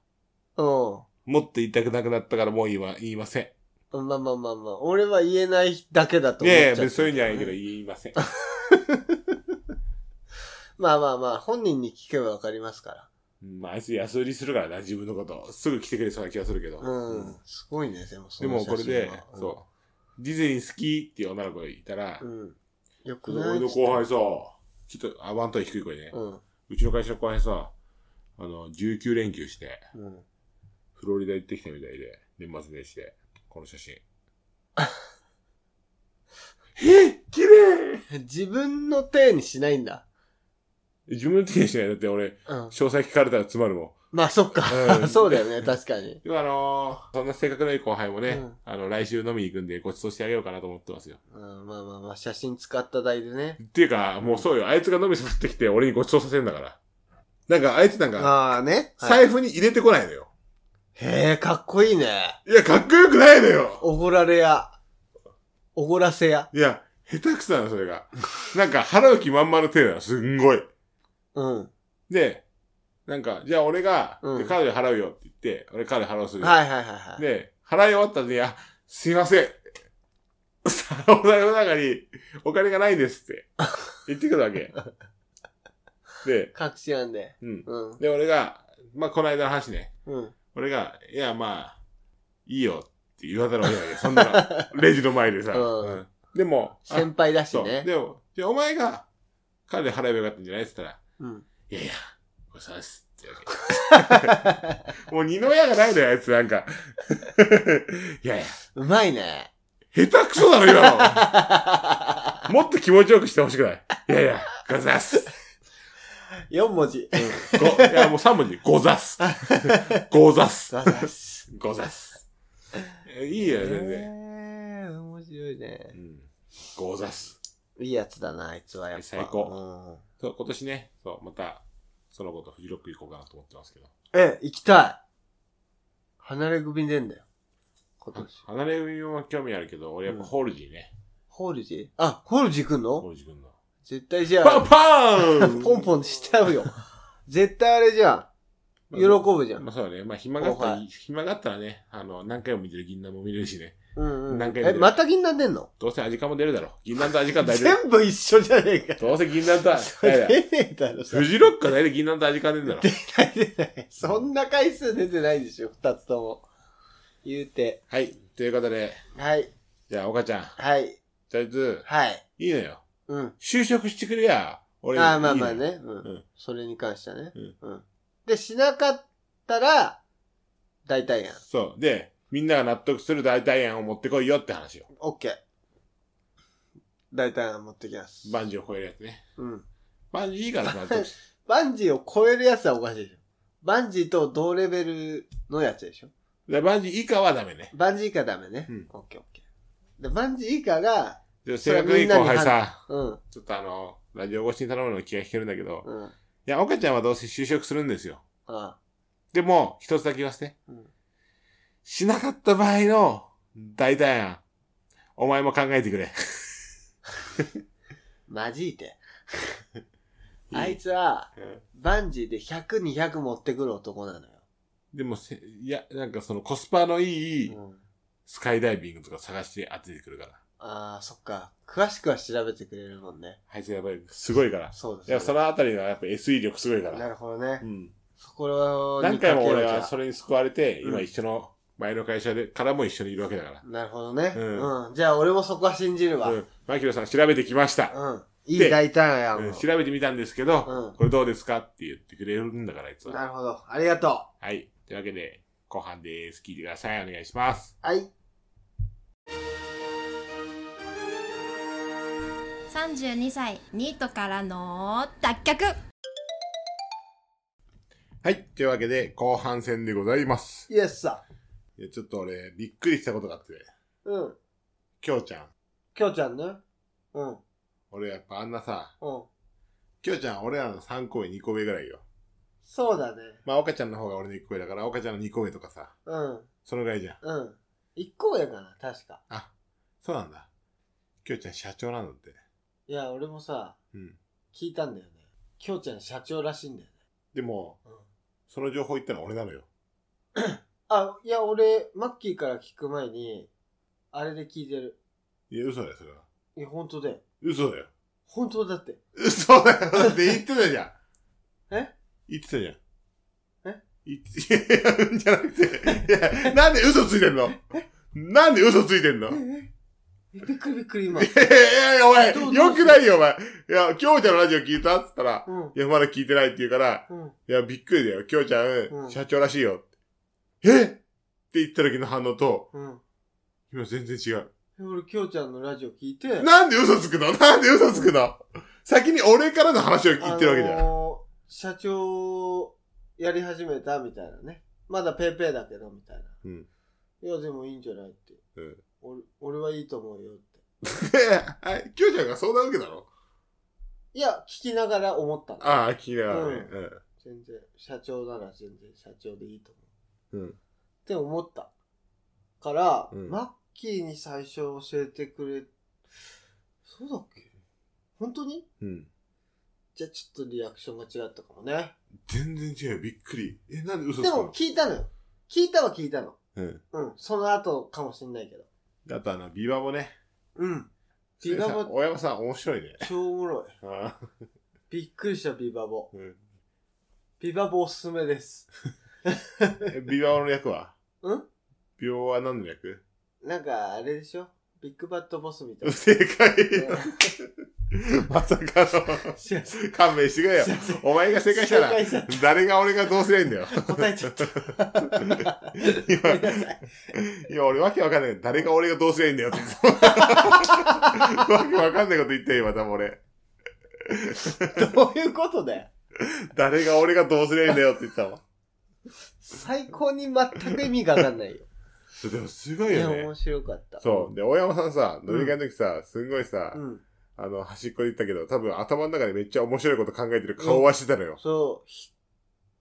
Speaker 2: うん。
Speaker 3: もっと言いたくなくなったからもう今、言いません。
Speaker 2: まあまあまあまあ、俺は言えないだけだと
Speaker 3: い
Speaker 2: 思っちゃ
Speaker 3: やい
Speaker 2: っ
Speaker 3: や、
Speaker 2: て
Speaker 3: 別にそういうんじゃないけど、言い
Speaker 2: [LAUGHS]
Speaker 3: ません。
Speaker 2: まあまあまあ、本人に聞けばわかりますから。
Speaker 3: うんまあ、あいつ安売りするからな、自分のこと。すぐ来てくれそうな気がするけど。
Speaker 2: うん。すごいね、でもそ
Speaker 3: で
Speaker 2: の
Speaker 3: も
Speaker 2: 写真は
Speaker 3: これで、そう。ディズニー好きっていう女の子がいたら、
Speaker 2: うん。うん。よ
Speaker 3: ち
Speaker 2: く
Speaker 3: ょっと
Speaker 2: ない
Speaker 3: 俺の後輩さ、ちょっと、あ、ワントーン低い声ね、う
Speaker 2: うん。
Speaker 3: ちの会社の後輩さ、あの、19連休して、
Speaker 2: うん。
Speaker 3: フロリダ行ってきたみたいで、年末年始で、この
Speaker 2: [LAUGHS]
Speaker 3: 写真。え綺麗
Speaker 2: 自分の手にしないんだ。
Speaker 3: 自分の手にしない。だって俺、
Speaker 2: うん。
Speaker 3: 詳細聞かれたら詰まるもん。
Speaker 2: まあそっ
Speaker 3: う
Speaker 2: か。[LAUGHS]
Speaker 3: ん
Speaker 2: そうだよね、確かに。
Speaker 3: でもあのーそんな性格のいい後輩もね、
Speaker 2: うん
Speaker 3: あの、来週飲みに行くんでご馳走してあげようかなと思ってますよ。
Speaker 2: うん、まあまあまあ、写真使った代でね。
Speaker 3: っていうか、もうそうよ。あいつが飲み誘ってきて、俺にご馳走させんだから。なんか、あいつなんか、
Speaker 2: ああね。はい
Speaker 3: 財布に入れてこないのよ。
Speaker 2: へえ、かっこいいね。
Speaker 3: いや、かっこよくないのよ
Speaker 2: おごられや。おごらせや。
Speaker 3: いや、下手くそなの、それが。なんか、払う気満々の手なの、すんごい。
Speaker 2: うん。
Speaker 3: で、なんか、じゃあ俺が、
Speaker 2: うん
Speaker 3: でカードで払うよって言って、俺カードで払うする。
Speaker 2: はいはいはいはい。
Speaker 3: で、払い終わった後に、あ、すいません。お財布の中にお金がないんですって言ってくるわ
Speaker 2: [LAUGHS]
Speaker 3: け。で、
Speaker 2: 隠しなんで。
Speaker 3: うん。
Speaker 2: うん。
Speaker 3: で、俺が、まあ、この間の話ね。
Speaker 2: うん。
Speaker 3: 俺が、いや、まあ、いいよって言わざるを得ないよ。そんな
Speaker 2: [LAUGHS]
Speaker 3: の、レジの前でさ。
Speaker 2: うん
Speaker 3: うんでも、あ
Speaker 2: 先輩だし
Speaker 3: そう。
Speaker 2: ね。
Speaker 3: でも、じゃあお前が、彼で払えばよかったんじゃないって言ったら、
Speaker 2: うん。
Speaker 3: いやいや、ごさすって言うわ
Speaker 2: [LAUGHS]
Speaker 3: けもう二の矢がないのよ、あいつなんか。 [LAUGHS] いやいや、
Speaker 2: うまいね。 [LAUGHS]
Speaker 3: 下手くそだろ、今の。もっと気持ちよくしてほしくない。いやいや、ござっす。
Speaker 2: 4文字。
Speaker 3: ご、いや、もう3文字。ござっす。ござっす。
Speaker 2: ございます。
Speaker 3: ござっす。えいいよ、全然。
Speaker 2: えー、面白いね
Speaker 3: う。んござっす。
Speaker 2: いいやつだな、あいつはやっぱ。
Speaker 3: 最高そう、今年ね、そう、また、そのことフジロック行こうかなと思ってますけど。
Speaker 2: うん。え、行きたい。離れ組出んだよ。今年。
Speaker 3: 離れ組は興味あるけど、俺やっぱホールジーね。
Speaker 2: ホールジあ、ホールジ行く
Speaker 3: ホ
Speaker 2: の
Speaker 3: ールジー君の。
Speaker 2: 絶対じゃ
Speaker 3: パ
Speaker 2: あ
Speaker 3: ン、パン
Speaker 2: ポンポンしちゃうよ。絶対あれじゃん。喜ぶじゃ
Speaker 3: まあ
Speaker 2: ん。
Speaker 3: そうだね。まあ暇があった
Speaker 2: 後
Speaker 3: ら、
Speaker 2: 輩
Speaker 3: 暇があったらね、あの、何回も見てる銀杏も見れるしね。
Speaker 2: うんうん。
Speaker 3: 何回見て
Speaker 2: え、
Speaker 3: る
Speaker 2: また銀杏出んの
Speaker 3: どうせ味感も出るだろう。銀杏と味感大丈夫。
Speaker 2: 全部一緒じゃねえか。
Speaker 3: どうせ銀杏 [LAUGHS] と、
Speaker 2: 出
Speaker 3: いやいや
Speaker 2: ねえだろ、そ
Speaker 3: フ
Speaker 2: れ
Speaker 3: ジロックは大体銀杏と味感出るだろう。
Speaker 2: 出ない。 [LAUGHS] そんな回数出てないでしょ、二つとも。言うて。
Speaker 3: はい。ということで、
Speaker 2: はい、
Speaker 3: じゃあ、岡ちゃん、と
Speaker 2: はい、
Speaker 3: りあえず、
Speaker 2: はい。
Speaker 3: いいのよ。
Speaker 2: うん。
Speaker 3: 就職してくれや。俺、
Speaker 2: ああ、まあ
Speaker 3: いい
Speaker 2: ま
Speaker 3: の
Speaker 2: あ
Speaker 3: よ。
Speaker 2: ね。う
Speaker 3: うん
Speaker 2: ん。それに関してはね
Speaker 3: うん。
Speaker 2: うん。で、しなかったら、大体やん。
Speaker 3: そう。で、みんなが納得する代替案を持ってこいよって話よ。
Speaker 2: オッケー。大体やん持ってきます。
Speaker 3: バンジーを超えるやつね。
Speaker 2: うん。
Speaker 3: バンジーいいから納
Speaker 2: [LAUGHS]
Speaker 3: 得し。
Speaker 2: バンジーを超えるやつはおかしいでしょ。バンジーと同レベルのやつでしょ。
Speaker 3: でバンジー以下はダメね。
Speaker 2: バンジー以下ダメね。
Speaker 3: うん
Speaker 2: オッケーオッケー。で、バンジー以下が、
Speaker 3: で、
Speaker 2: そ
Speaker 3: 性
Speaker 2: れは
Speaker 3: 格いい後輩さ、
Speaker 2: うん、
Speaker 3: ちょっとあの、ラジオ越しに頼むの気が引けるんだけど、
Speaker 2: うん、あ
Speaker 3: いや、岡ちゃんはどうせ就職するんですよ。
Speaker 2: あ、
Speaker 3: でも、一つだけ言わせて。
Speaker 2: うん
Speaker 3: しなかった場合の代替案、お前も考えてくれ。
Speaker 2: マジいて。あいつは、バンジーで100、200持ってくる男なのよ。
Speaker 3: でもせ、いや、なんかそのコスパのいい
Speaker 2: うん、
Speaker 3: スカイダイビングとか探して当ててくるから。
Speaker 2: ああ、そっか。詳しくは調べてくれるもんね。
Speaker 3: あいつやっぱりすごいから。
Speaker 2: そうです
Speaker 3: いや、そのあたりのやっぱ SE 力すごいか
Speaker 2: な
Speaker 3: ら。
Speaker 2: るほどね
Speaker 3: う。ん。
Speaker 2: そこ
Speaker 3: 何
Speaker 2: にか
Speaker 3: 回
Speaker 2: け
Speaker 3: も
Speaker 2: よう
Speaker 3: 俺
Speaker 2: じゃ
Speaker 3: はそれに救われて、
Speaker 2: うん
Speaker 3: 今一緒の前の会社でからも一緒にいるわけだから。
Speaker 2: なるほどね、
Speaker 3: う
Speaker 2: うんん。じゃあ俺もそこは信じるわ。う。
Speaker 3: うんん。マキロさん調べてきました。
Speaker 2: いい
Speaker 3: で
Speaker 2: 大胆やもん。
Speaker 3: うん、調べてみたんですけど、
Speaker 2: うん
Speaker 3: これどうですかって言ってくれるんだから、あいつ
Speaker 2: な
Speaker 3: は。
Speaker 2: るほど。ありがと
Speaker 3: はい。というわけで、後半です。聞いてください。お願いします。
Speaker 2: う。はい。
Speaker 5: 32歳ニートからの脱却
Speaker 3: はい。というわけで、後半戦でございます。
Speaker 2: イエスさ。
Speaker 3: いやちょっと俺、びっくりしたことがあって、
Speaker 2: うん。
Speaker 3: きょうちゃん。
Speaker 2: きょうちゃんね。うん。うん。
Speaker 3: 俺やっぱあんなさ、きょうちゃん俺らの3個上2個上ぐらいよ。
Speaker 2: そうだね。
Speaker 3: まあ、岡ちゃんの方が俺の1個上だから、岡ちゃんの2個上とかさ、
Speaker 2: うん。
Speaker 3: そのぐらいじゃん。
Speaker 2: うん。一個上かな、確か。
Speaker 3: あ、そうなんだ。きょうちゃん社長なんだって。
Speaker 2: いや、俺もさ、
Speaker 3: うん。
Speaker 2: 聞いたんだよね。きょうちゃん社長らしいんだよね。
Speaker 3: でも、
Speaker 2: うん。
Speaker 3: その情報言ったのは俺なのよ。
Speaker 2: あ、いや、俺、マッキーから聞く前に、あれで聞いてる。
Speaker 3: いや、嘘だよ、それは。
Speaker 2: いや、本当だよ。
Speaker 3: 嘘だよ。
Speaker 2: 本当だって。
Speaker 3: 嘘だよだって言ってたじゃん。
Speaker 2: え
Speaker 3: 言ってたじゃん。
Speaker 2: え
Speaker 3: 言って、いや、うんじゃなくて。いや、なんで嘘ついてんのなんで嘘ついてんのいや
Speaker 2: ええびっくりびっくり今。
Speaker 3: いや、お
Speaker 2: どうど
Speaker 3: 前、
Speaker 2: う
Speaker 3: よくないよ、お前。いや、きょうちゃんのラジオ聞いたっつったら、
Speaker 2: うん。
Speaker 3: いや、まだ聞いてないって言うから、
Speaker 2: うん。
Speaker 3: いや、びっくりだよ。きょうちゃん、
Speaker 2: うん
Speaker 3: 社長らしいよ。えって言った時の反応と、
Speaker 2: うん。
Speaker 3: 今全然違う。
Speaker 2: 俺、きょうちゃんのラジオ聞いて、
Speaker 3: なんで嘘つくのなんで嘘つくの先に俺からの話を言ってるわけじ
Speaker 2: あ
Speaker 3: ゃん。
Speaker 2: のー社長、やり始めたみたいなね。まだペーペーだけど、みたいな。
Speaker 3: うん
Speaker 2: いや、でもいいんじゃないって。
Speaker 3: うん
Speaker 2: 俺俺はいいと思うよって。
Speaker 3: [LAUGHS] で、はい、きょうちゃんが相談受けたの
Speaker 2: いや、聞きながら思ったの。
Speaker 3: ああ、聞いながらね。
Speaker 2: 全然、社長なら全然社長でいいと思
Speaker 3: うん。
Speaker 2: う。って思った。から、
Speaker 3: うん
Speaker 2: マッキーに最初教えてくれ、そうだっけ本当に
Speaker 3: うん。
Speaker 2: じゃあちょっとリアクションが違ったかもね。
Speaker 3: 全然違う。びっくり。え、なんで嘘つ
Speaker 2: で
Speaker 3: く
Speaker 2: も
Speaker 3: の
Speaker 2: 聞いたのよ。聞いたは聞いたの。
Speaker 3: うん。
Speaker 2: うん。その後かもしんないけど。
Speaker 3: あとあの、ビバもね。
Speaker 2: うん。ビバボ
Speaker 3: それさ大山さん面白いね。
Speaker 2: 超おもろい。
Speaker 3: ああ。
Speaker 2: びっくりしたビバボ。
Speaker 3: うん。
Speaker 2: ビバボおすすめです。
Speaker 3: えビバの役は
Speaker 2: うん
Speaker 3: ビバは何の役
Speaker 2: なんかあれでしょビッグバッドボスみ
Speaker 3: [LAUGHS]
Speaker 2: たいな。
Speaker 3: 正解よ。
Speaker 2: う
Speaker 3: まさか
Speaker 2: んすいません
Speaker 3: の。勘弁してくれよ。お前が正解したら
Speaker 2: 正解しちゃっ、
Speaker 3: 誰が俺がどうすりゃいいんだよ。
Speaker 2: 答えちゃった。ごめんなさ
Speaker 3: 今、
Speaker 2: い
Speaker 3: 今俺わけわかんない。誰が俺がどうすりゃいいんだよって。わけわかんないこと言ってよ、また俺。
Speaker 2: どういうことだよ。
Speaker 3: 誰が俺がどうすりゃいいんだよって言ってたわ。
Speaker 2: 最高に全く意味がわかんないよ。
Speaker 3: でもすご
Speaker 2: い
Speaker 3: い
Speaker 2: や、
Speaker 3: よね
Speaker 2: 面。白かった。
Speaker 3: そう。で、大山さんさ、
Speaker 2: うん
Speaker 3: 飲み会の時さ、すんごいさ、
Speaker 2: うん。
Speaker 3: あの、端っこで言ったけど、多分頭の中でめっちゃ面白いこと考えてる顔はしてたのよ。
Speaker 2: そう。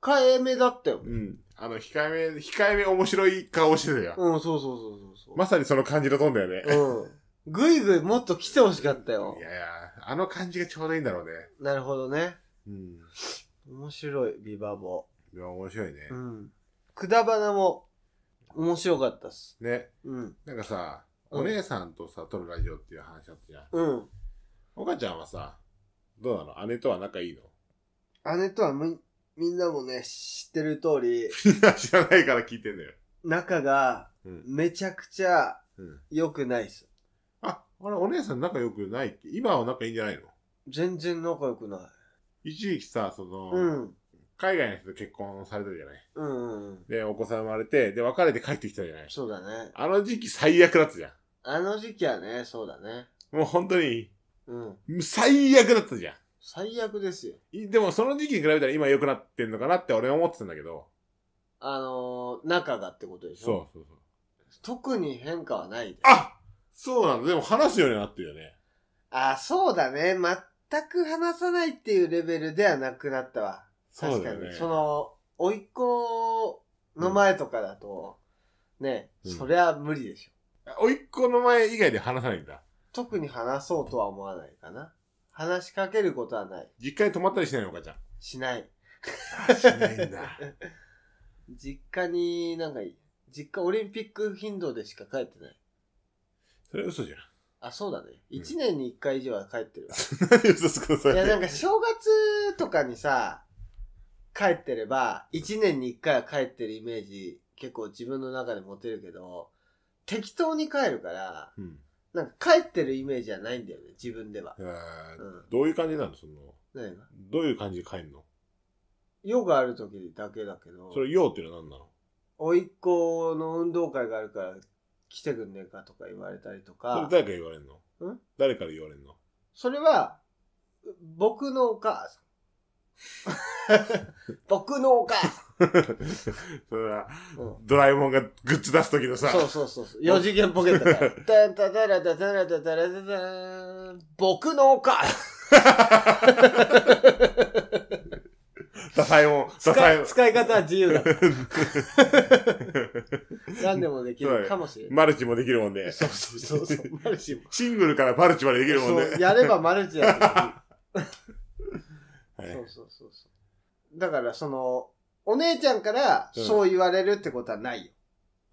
Speaker 2: 控えめだったよ。
Speaker 3: うん。あの、控えめ、控えめ面白い顔してたよ。
Speaker 2: うん、そうそうそうそうそう。
Speaker 3: まさにその感じのトーンだよね。
Speaker 2: うん。ぐいぐいもっと来てほしかったよ
Speaker 3: い。やいや、あの感じがちょうどいいんだろうね。
Speaker 2: なるほどね。
Speaker 3: うん。
Speaker 2: 面白い、ビバボ
Speaker 3: いや、面白いね。
Speaker 2: ー。うん。くだばなも、面白かったっす。
Speaker 3: ね。
Speaker 2: うん。
Speaker 3: なんかさ、
Speaker 2: うん
Speaker 3: お姉さんとさ、撮るラジオっていう話あったじゃん。
Speaker 2: うん。
Speaker 3: お母ちゃんはさ、どうなの姉とは仲いい
Speaker 2: [LAUGHS]
Speaker 3: の
Speaker 2: 姉とはみ、みんなもね、知ってる通
Speaker 3: [LAUGHS]
Speaker 2: り、
Speaker 3: 知らないから聞いてんのよ。
Speaker 2: 仲が
Speaker 3: うん、
Speaker 2: めちゃくちゃ
Speaker 3: うん。
Speaker 2: 良くないっす。
Speaker 3: あ、あれ、お姉さん仲良くないっけ今は仲いいんじゃないの
Speaker 2: 全然仲良くない。
Speaker 3: 一時期さ、その、
Speaker 2: うん。
Speaker 3: 海外の人と結婚されたじゃない
Speaker 2: うんうん。
Speaker 3: で、お子さん生まれて、で、別れて帰ってきたじゃない
Speaker 2: そうだね。
Speaker 3: あの時期最悪だったじゃ
Speaker 2: あの時期はね、そうだね。
Speaker 3: ん。もう本当に、
Speaker 2: うん。
Speaker 3: 最悪だったじゃん。
Speaker 2: 最悪ですよ。
Speaker 3: いでもその時期に比べたら今良くなってんのかなって俺は思ってたんだけど。
Speaker 2: あのー、仲がってことでしょ
Speaker 3: そうそうそう。
Speaker 2: 特に変化はないで。
Speaker 3: あそうなんだ。でも話すようになってるよね。
Speaker 2: あ、そうだね。全く話さないっていうレベルではなくなったわ。確か
Speaker 3: だよ
Speaker 2: に。そ,、
Speaker 3: ね
Speaker 2: の、甥いっ子の前とかだと、ね、
Speaker 3: うん
Speaker 2: そりゃ無理でしょ。
Speaker 3: おいっ子の前以外で話さないんだ。
Speaker 2: 特に話そうとは思わないかな。話しかけることはない。
Speaker 3: 実家に泊まったりしないのかちゃん。
Speaker 2: しない。
Speaker 3: しないんだ。
Speaker 2: 実家になんかいい、実家オリンピック頻度でしか帰ってない。
Speaker 3: [LAUGHS] それ嘘じゃん。
Speaker 2: あ、そうだね。一年に一回以上は帰ってるわ。
Speaker 3: 何で嘘つくのそれ。
Speaker 2: いや、なんか正月とかにさ、帰ってれば、一年に一回は帰ってるイメージ、結構自分の中で持てるけど、適当に帰るから、
Speaker 3: うん。
Speaker 2: なんか帰ってるイメージはないんだよね、自分では。
Speaker 3: えー
Speaker 2: うん
Speaker 3: どういう感じなのその、
Speaker 2: 何が
Speaker 3: どういう感じで帰んの
Speaker 2: 用がある時だけだけど
Speaker 3: そ、れ、用っていうのは何なの
Speaker 2: おいっ子の運動会があるから来てくんねえかとか言われたりと
Speaker 3: そ
Speaker 2: か、
Speaker 3: れ誰から言われんの
Speaker 2: ん
Speaker 3: 誰から言われんの [LAUGHS]
Speaker 2: それは、僕のお母さん。
Speaker 3: [LAUGHS]
Speaker 2: 僕のお母さん。
Speaker 3: それは、
Speaker 2: うん
Speaker 3: ドラえもんがグッズ出す時のさ、
Speaker 2: そうそうそうそう。四次元ポケット
Speaker 3: [LAUGHS]
Speaker 2: から。たんたたらたたらたたらたたん。僕のお母さん。
Speaker 3: ダサいもん、ダサ
Speaker 2: 使
Speaker 3: いも
Speaker 2: い
Speaker 3: ん。 [LAUGHS]
Speaker 2: 使い方は自由だ。何でもできるかもしれない。
Speaker 3: マルチもできるもんね。
Speaker 2: そうそうそうそう。マルチも。
Speaker 3: シングルからマルチまでできるもんね。
Speaker 2: そうやればマルチだけ
Speaker 3: [LAUGHS] はい
Speaker 2: ど。そうそうそうそう。だからその、お姉ちゃんからそう言われるってことはないよ。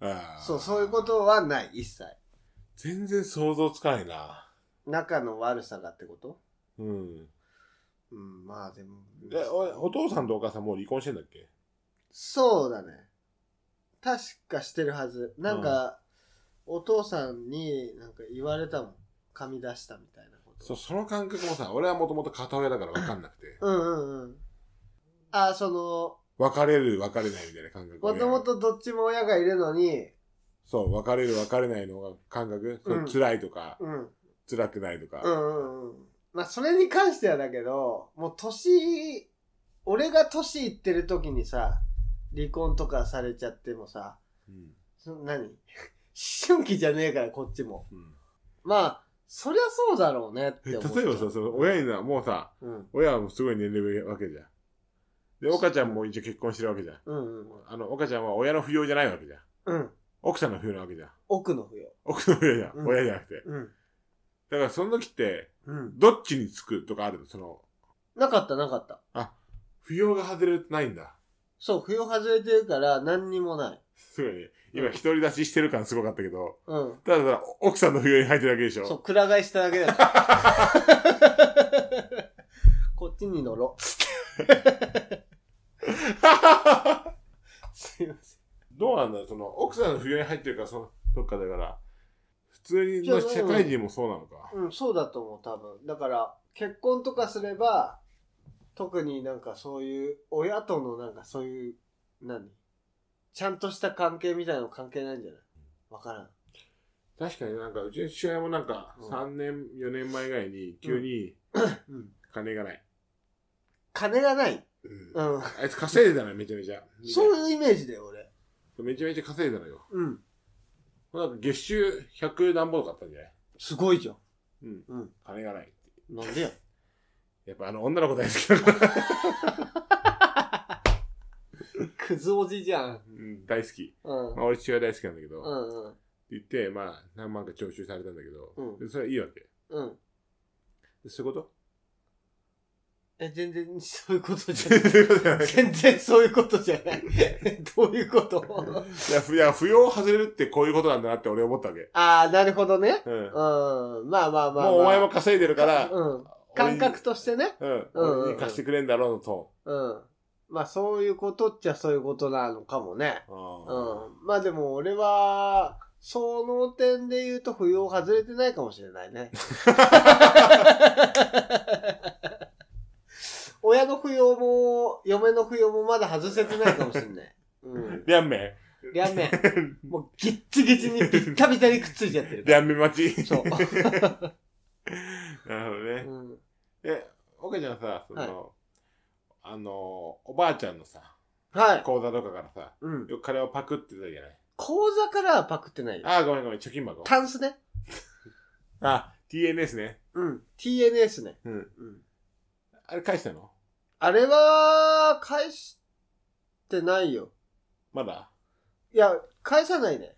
Speaker 3: あー
Speaker 2: そう、そういうことはない、一切。
Speaker 3: 全然想像つかないな。
Speaker 2: 仲の悪さがってこと
Speaker 3: うん。
Speaker 2: うん、まあでも。
Speaker 3: えおお父さんとお母さんもう離婚してんだっけ
Speaker 2: そうだね。確かしてるはず。なんか、お父さんになんか言われたもん。噛み出したみたいなこと。
Speaker 3: そう、その感覚もさ、俺はもともと片親だから分かんなく
Speaker 2: [LAUGHS]
Speaker 3: て。
Speaker 2: うんうんうん。あ、その、
Speaker 3: 別れる、別れないみたいな感覚。
Speaker 2: もとも。とどっちも親がいるのに、
Speaker 3: そう、別れる、別れないのが感覚。そう
Speaker 2: うん
Speaker 3: 辛いとか、
Speaker 2: うん。
Speaker 3: 辛くないと
Speaker 2: う
Speaker 3: か。
Speaker 2: んうんうん。まあそれに関してはだけど、もう年、俺が年いってる時にさ、離婚とかされちゃってもさ、
Speaker 3: うん。
Speaker 2: そ何 [LAUGHS] 思春期じゃねえからこっちも。
Speaker 3: うん
Speaker 2: まあ、そりゃそうだろうねって
Speaker 3: え例え
Speaker 2: 思っ
Speaker 3: ば
Speaker 2: ちゃう
Speaker 3: さ、その親にな、もうさ、
Speaker 2: うん。
Speaker 3: 親はもうすごい年齢上わけじゃん。で、岡ちゃんも一応結婚してるわけじゃん。
Speaker 2: うんうん
Speaker 3: あの、岡ちゃんは親の扶養じゃないわけじゃん。
Speaker 2: うん。うん。
Speaker 3: 奥さんの扶養なわけじゃん。
Speaker 2: 奥の扶養。
Speaker 3: 奥の扶養じゃん。
Speaker 2: うん
Speaker 3: 親じゃなくて。
Speaker 2: うん。
Speaker 3: だからその時って、
Speaker 2: うん。
Speaker 3: どっちにつくとかあるのその、
Speaker 2: なかったなかった。
Speaker 3: 扶養が外れるってないんだ。
Speaker 2: そう、扶養外れてるから何にもない。
Speaker 3: すごいね。今、独り立ちしてる感すごかったけど、
Speaker 2: うん。
Speaker 3: ただただ、奥さんの扶養に入ってるだけでし
Speaker 2: そう、
Speaker 3: ょ。
Speaker 2: くら替えしただけ
Speaker 3: [LAUGHS]
Speaker 2: だから。こっちに乗ろう。すいませ
Speaker 3: どうなんだろうその、奥さんの扶養に入ってるから、その、どっかだから、普通に
Speaker 2: じゃあ
Speaker 3: の社会人もそうなのか。
Speaker 2: ん。うん、そうだと思う、多分。だから、結婚とかすれば、特になんかそういう、親とのなんかそういう、何ちゃんとした関係みたいなの関係ないんじゃないわからん。
Speaker 3: 確かになんか、うちの父親もなんか、
Speaker 2: うん
Speaker 3: 3年、4年前ぐらいに、急に、
Speaker 2: うん。
Speaker 3: 金がない。
Speaker 2: 金がない。
Speaker 3: うん
Speaker 2: うん。
Speaker 3: あいつ稼いでたのよ、めちゃめちゃ。
Speaker 2: そういうイメージだよ、俺。
Speaker 3: めちゃめちゃ稼いでたのよ。
Speaker 2: うん。
Speaker 3: なんか月収100何本とかあったんじゃない
Speaker 2: すごいじゃん。
Speaker 3: うん。
Speaker 2: うん。
Speaker 3: 金がない。
Speaker 2: なんでや。
Speaker 3: やっぱあの女の子大好きだから。
Speaker 2: クズおじじゃん。
Speaker 3: うん、大好き。
Speaker 2: うん。うん
Speaker 3: まあ俺父親大好きなんだけど。
Speaker 2: うん。
Speaker 3: 言って、まあ何万か徴収されたんだけど。
Speaker 2: うん
Speaker 3: でそれはいいわけ。
Speaker 2: うん。
Speaker 3: でそういうこと
Speaker 2: え、全然そういうことじゃない。
Speaker 3: そういうことじゃな
Speaker 2: [LAUGHS]
Speaker 3: い
Speaker 2: 全然そういうことじゃない。どういう [LAUGHS] こと
Speaker 3: いや、ふいや扶養を外れるってこういうことなんだなって俺思ったわけ。
Speaker 2: ああ、なるほどね。
Speaker 3: うん
Speaker 2: うん。。まあまあまあ、まあ。
Speaker 3: もうお前も稼いでるから、
Speaker 2: うん。感覚としてね。
Speaker 3: 俺に。うん。
Speaker 2: うんうんうん
Speaker 3: 俺に貸してくれんだろうのと。
Speaker 2: うん。まあそういうことっちゃそういうことなのかもね。
Speaker 3: あ
Speaker 2: うん。まあでも俺は、その点で言うと扶養外れてないかもしれない
Speaker 3: [LAUGHS]
Speaker 2: ね。親の扶養も、嫁の扶養もまだ外せてないかもしれない。うん
Speaker 3: ー。。両面。
Speaker 2: 両面。もうギッチギチにビッタビタにくっついちゃってるから。
Speaker 3: [LAUGHS] 両面待ち。
Speaker 2: そう。
Speaker 3: なるほどね
Speaker 2: う。ん。
Speaker 3: え、岡ちゃんさ、その、
Speaker 2: はい
Speaker 3: あの、おばあちゃんのさ、
Speaker 2: はい。
Speaker 3: 口座とかからさ、
Speaker 2: うん。
Speaker 3: よく金をパクってたじゃない。
Speaker 2: 口座からはパクってないよ。
Speaker 3: あー、ごめんごめん、貯金箱。
Speaker 2: タンスね。
Speaker 3: あ、TNS ね。
Speaker 2: うん。TNS ね。
Speaker 3: うん
Speaker 2: うん。
Speaker 3: あれ返したの
Speaker 2: あれは、返してないよ。
Speaker 3: まだ
Speaker 2: いや、返さないね。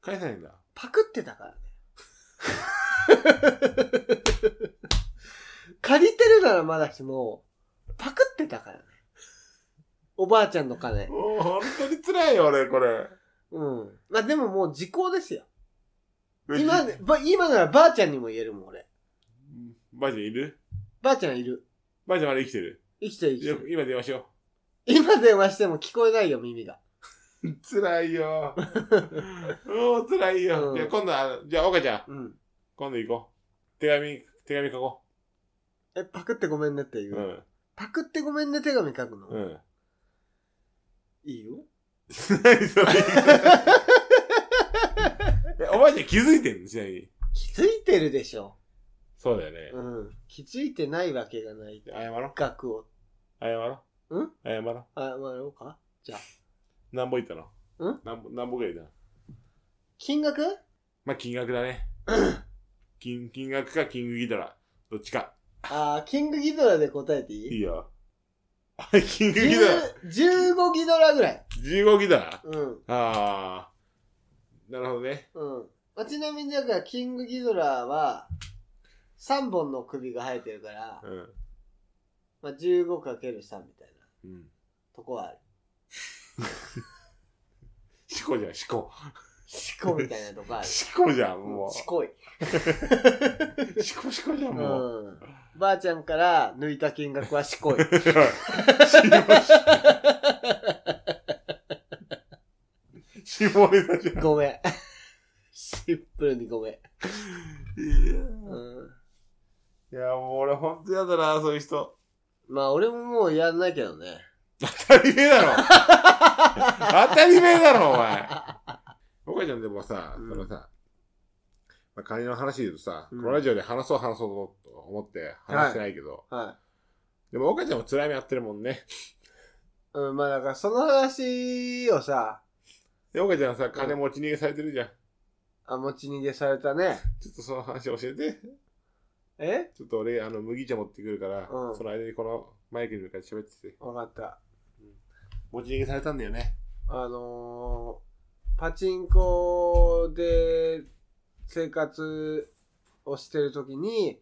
Speaker 3: 返さないんだ。
Speaker 2: パクってたからね。 [LAUGHS] 借りてるならまだしも、パクってたからね。おばあちゃんの金。
Speaker 3: もう、本当に辛いよ、俺、これ。
Speaker 2: うん。まあでももう時効ですよ。今、ば今ならばあちゃんにも言えるもん、俺。
Speaker 3: うんばあちゃんいる
Speaker 2: ばあちゃんいる。
Speaker 3: ばあちゃんまだ生きてる。
Speaker 2: 生きてる生きて
Speaker 3: よ
Speaker 2: る。
Speaker 3: 今電話しよ
Speaker 2: 今電話しても聞こえないよ、耳が。
Speaker 3: う。辛い [LAUGHS] よ。もう辛い
Speaker 2: う
Speaker 3: よ。
Speaker 2: ん
Speaker 3: じゃあ今度あの、じゃあ岡ちゃん、
Speaker 2: うん。
Speaker 3: 今度行こう。手紙、手紙書こ
Speaker 2: え、パクってごめんねって言
Speaker 3: う。
Speaker 2: う。
Speaker 3: うん。
Speaker 2: パクってごめんね手紙書くの、
Speaker 3: うん。
Speaker 2: いいよ。
Speaker 3: 何それ [LAUGHS] えおばあちゃん気づいてんのちなみに。
Speaker 2: 気づいてるでしょ。
Speaker 3: そうだよね。
Speaker 2: うん。気づいてないわけがない。
Speaker 3: 謝ろ。
Speaker 2: 額を。
Speaker 3: 謝ろ。
Speaker 2: うん
Speaker 3: 謝ろ。
Speaker 2: あ、まあ、うかじゃあ。
Speaker 3: 何本いったの
Speaker 2: ん
Speaker 3: 何本、何本ぐらいだ
Speaker 2: 金額
Speaker 3: まあ、金額だね。金、金額かキングギドラ。どっちか。
Speaker 2: あーキングギドラで答えていい
Speaker 3: いいよ。あキングギドラ。
Speaker 2: 10 15ギドラぐらい。
Speaker 3: 15ギドラ
Speaker 2: うん。
Speaker 3: ああ。なるほどね。
Speaker 2: うん。まあ、ちなみに、だから、キングギドラは、3本の首が生えてるから
Speaker 3: う、ん。
Speaker 2: まあ、15×3 みたいな
Speaker 3: うん。
Speaker 2: とこはある。
Speaker 3: シコじゃん、シコ。
Speaker 2: しこみたいなとこ
Speaker 3: [LAUGHS]
Speaker 2: ある。
Speaker 3: シコじゃん、も
Speaker 2: しこい。
Speaker 3: う。シコシコじゃん、
Speaker 2: う
Speaker 3: もう。
Speaker 2: ん。ばあちゃんから抜いた金額はしこい。
Speaker 3: [LAUGHS] 絞り出し。
Speaker 2: ごめん。シンプルにごめん。
Speaker 3: いや
Speaker 2: うん。
Speaker 3: いや、もう俺ほんと嫌だな、そういう人。
Speaker 2: まあ、俺ももうやんないけどね。
Speaker 3: 当たり前だろ当たり前だろ、お前岡ちゃんでもさ、
Speaker 2: うん
Speaker 3: そのさ、まあ、仮の話で言うとさ、
Speaker 2: うん
Speaker 3: このラジオで話そう話そうと思って話してないけど、
Speaker 2: は
Speaker 3: でも岡ちゃんも辛い目やってるもんね。
Speaker 2: い。うん、まあ、だからその話をさ、
Speaker 3: で、岡ちゃんさ、金持ち逃げされてるじゃん。
Speaker 2: あ、持ち逃げされたね。
Speaker 3: ちょっとその話教えて。
Speaker 2: え
Speaker 3: ちょっと俺、あの、麦茶持ってくるから、
Speaker 2: うん
Speaker 3: その間にこのマイクに向かって喋ってて。
Speaker 2: わかった。
Speaker 3: 持ち逃げされたんだよね。
Speaker 2: あのー、パチンコで生活をしてるときに、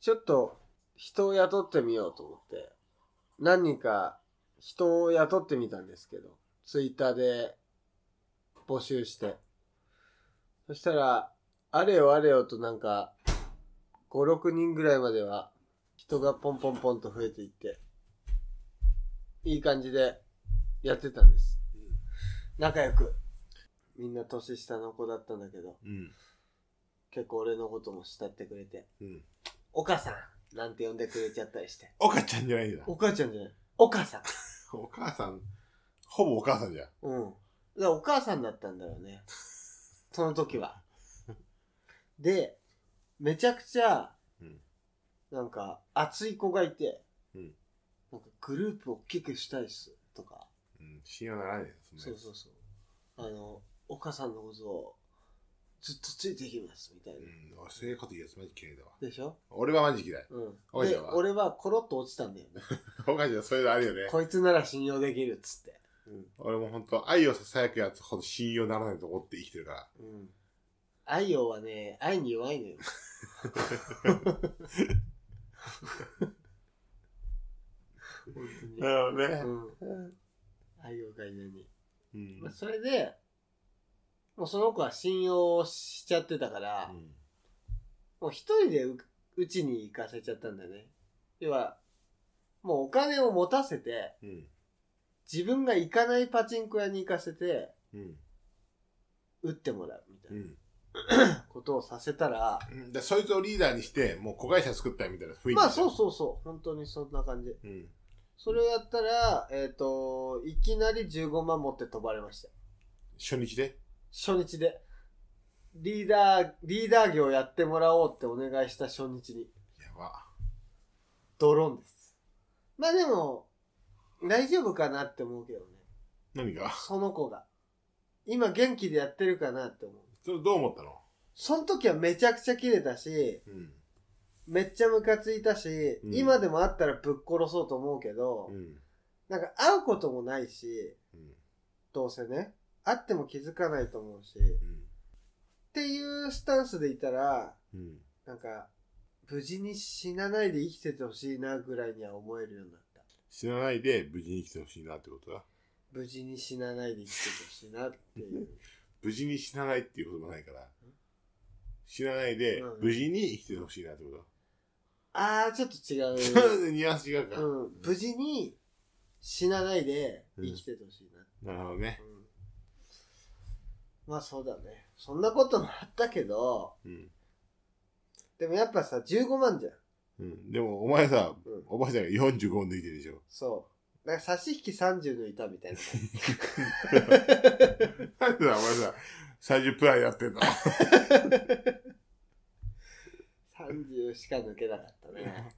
Speaker 2: ちょっと人を雇ってみようと思って、何人か人を雇ってみたんですけど、ツイッターで募集して。そしたら、あれよあれよとなんか、5、6人ぐらいまでは人がポンポンポンと増えていって、いい感じでやってたんです。仲良く。みんな年下の子だったんだけど、
Speaker 3: うん。
Speaker 2: 結構俺のことも慕ってくれて、
Speaker 3: うん。
Speaker 2: お母さんなんて呼んでくれちゃったりして。
Speaker 3: 岡ちゃんじゃないんだ。
Speaker 2: お母ちゃんじゃないお母さん。
Speaker 3: お母さん、ほぼお母さんじゃん。
Speaker 2: うん。だからお母さんだったんだろう [LAUGHS] ね。 [LAUGHS] その時は。で、めちゃくちゃ
Speaker 3: うん、
Speaker 2: なんか、熱い子がいて、
Speaker 3: うん
Speaker 2: なんかグループを大きくしたいっす、とか、
Speaker 3: うん、信用ならないよ、そんな
Speaker 2: そう
Speaker 3: やつ
Speaker 2: そうそう。あの、お母さんのことをずっとついていきます、みたいな。
Speaker 3: うん、俺そういうこと言うやつマジ嫌いだわ。
Speaker 2: でしょ
Speaker 3: 俺はマジ嫌い。
Speaker 2: う
Speaker 3: 多
Speaker 2: ん。
Speaker 3: い
Speaker 2: で
Speaker 3: よ、な
Speaker 2: 俺はコロッと落ちたんだよね。
Speaker 3: おかしいな、そういうのあるよね。
Speaker 2: こいつなら信用できるっつって。うん。
Speaker 3: 俺も本当愛を囁くやつほど信用ならないと思って生きてるから。
Speaker 2: うん。愛をはね、愛に弱い
Speaker 3: [LAUGHS]
Speaker 2: のよ。本当に。
Speaker 3: なるほどね
Speaker 2: うん。愛をがいに。
Speaker 3: うん
Speaker 2: まあ、それで、もうその子は信用しちゃってたから、
Speaker 3: うん
Speaker 2: もう一人でううちに行かせちゃったんだよね。要は、もうお金を持たせて、
Speaker 3: うん。
Speaker 2: 自分が行かないパチンコ屋に行かせて、
Speaker 3: うん。
Speaker 2: 打ってもらうみた
Speaker 3: う
Speaker 2: い
Speaker 3: ん。
Speaker 2: なことをさせたら、
Speaker 3: うんで、そいつをリーダーにして、もう子会社作ったみたいな雰囲気。
Speaker 2: まあそうそうそう、本当にそんな感じ。
Speaker 3: う。うん。
Speaker 2: それをやったら、えっ、と、いきなり15万持って飛ばれました。
Speaker 3: 初日で
Speaker 2: 初日で。リーダー、リーダー業やってもらおうってお願いした初日に。
Speaker 3: やば。
Speaker 2: ドローンです。まあでも、大丈夫かなって思うけどね。
Speaker 3: 何が
Speaker 2: その子が。今元気でやってるかなって思う。
Speaker 3: それどう思ったの
Speaker 2: その時はめちゃくちゃキレたし、
Speaker 3: うん。
Speaker 2: めっちゃムカついたし、
Speaker 3: うん
Speaker 2: 今でもあったらぶっ殺そうと思うけど、
Speaker 3: うん。
Speaker 2: なんか会うこともないし、
Speaker 3: うん。
Speaker 2: どうせね。会っても気づかないと思うし、っていうスタンスでいたら、
Speaker 3: うん。
Speaker 2: なんか、無事に死なないで生きててほしいなぐらいには思えるようになった。
Speaker 3: 死なないで無事に生きてほしいなってことだ。
Speaker 2: 無事に死なないで生きててほしいなっていう。
Speaker 3: 無事に死なないっていう言葉ないから。死なないで
Speaker 2: うん
Speaker 3: 無事に生きてほしいなってこ
Speaker 2: あー、ちょっと違
Speaker 3: と
Speaker 2: う。
Speaker 3: [LAUGHS] だ。ニュアンス違うか。
Speaker 2: うん、無事に死なないで生きててほしいな、
Speaker 3: なるほどね。
Speaker 2: うんまあそうだね。そんなこともあったけど、
Speaker 3: うん。
Speaker 2: でもやっぱさ、15万じゃん。
Speaker 3: うん。でもお前さ、
Speaker 2: うん
Speaker 3: おばあちゃんが45抜いてるでしょ。 [LAUGHS]
Speaker 2: そう。だから差し引き30抜いたみたいな感じ。
Speaker 3: なんでだ、お前さ、30プライやってんの
Speaker 2: 30しか抜けなかったね。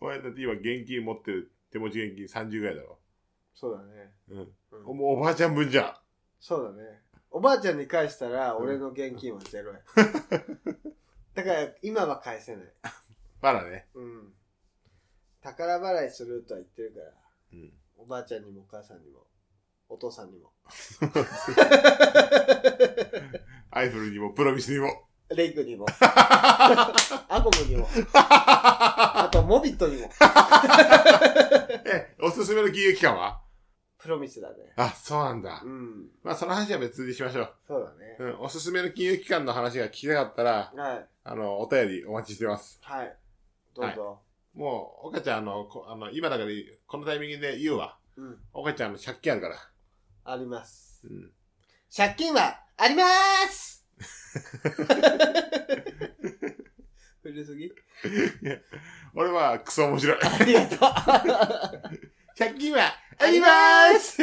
Speaker 3: お前だって今現金持ってる手持ち現金30ぐらいだろ。
Speaker 2: そうだね。
Speaker 3: うん。
Speaker 2: うん
Speaker 3: おもうおばあちゃん分じゃん。
Speaker 2: そうだね。おばあちゃんに返したら、俺の現金はゼロ円。だから、今は返せない。
Speaker 3: まだね。
Speaker 2: うん。宝払いするとは言ってるから、
Speaker 3: うん。
Speaker 2: おばあちゃんにもお母さんにも、お父さんにも、
Speaker 3: アイフルにもプロミスにも。 [LAUGHS]
Speaker 2: レイクにも、アコムにも、あと、モビットにも、
Speaker 3: え、おすすめの金融機関は
Speaker 2: プロミスだね。
Speaker 3: あ、そうなんだ
Speaker 2: う。ん。
Speaker 3: まあその話は別にしましょう。
Speaker 2: そうだね。
Speaker 3: うん。おすすめの金融機関の話が聞きたかったら、
Speaker 2: はい。
Speaker 3: あの、お便りお待ちしてます。
Speaker 2: はい。どうぞ。
Speaker 3: もう、岡ちゃん、あの、こあの今だから、このタイミングで言うわ。
Speaker 2: うん。
Speaker 3: 岡ちゃん、あの、借金あるから。
Speaker 2: あります。
Speaker 3: うん。
Speaker 2: 借金は、ありまーす古すぎ
Speaker 3: 俺は、クソ面白い。 [LAUGHS]
Speaker 2: ありがとう。
Speaker 3: 借金は、
Speaker 2: あります [LAUGHS]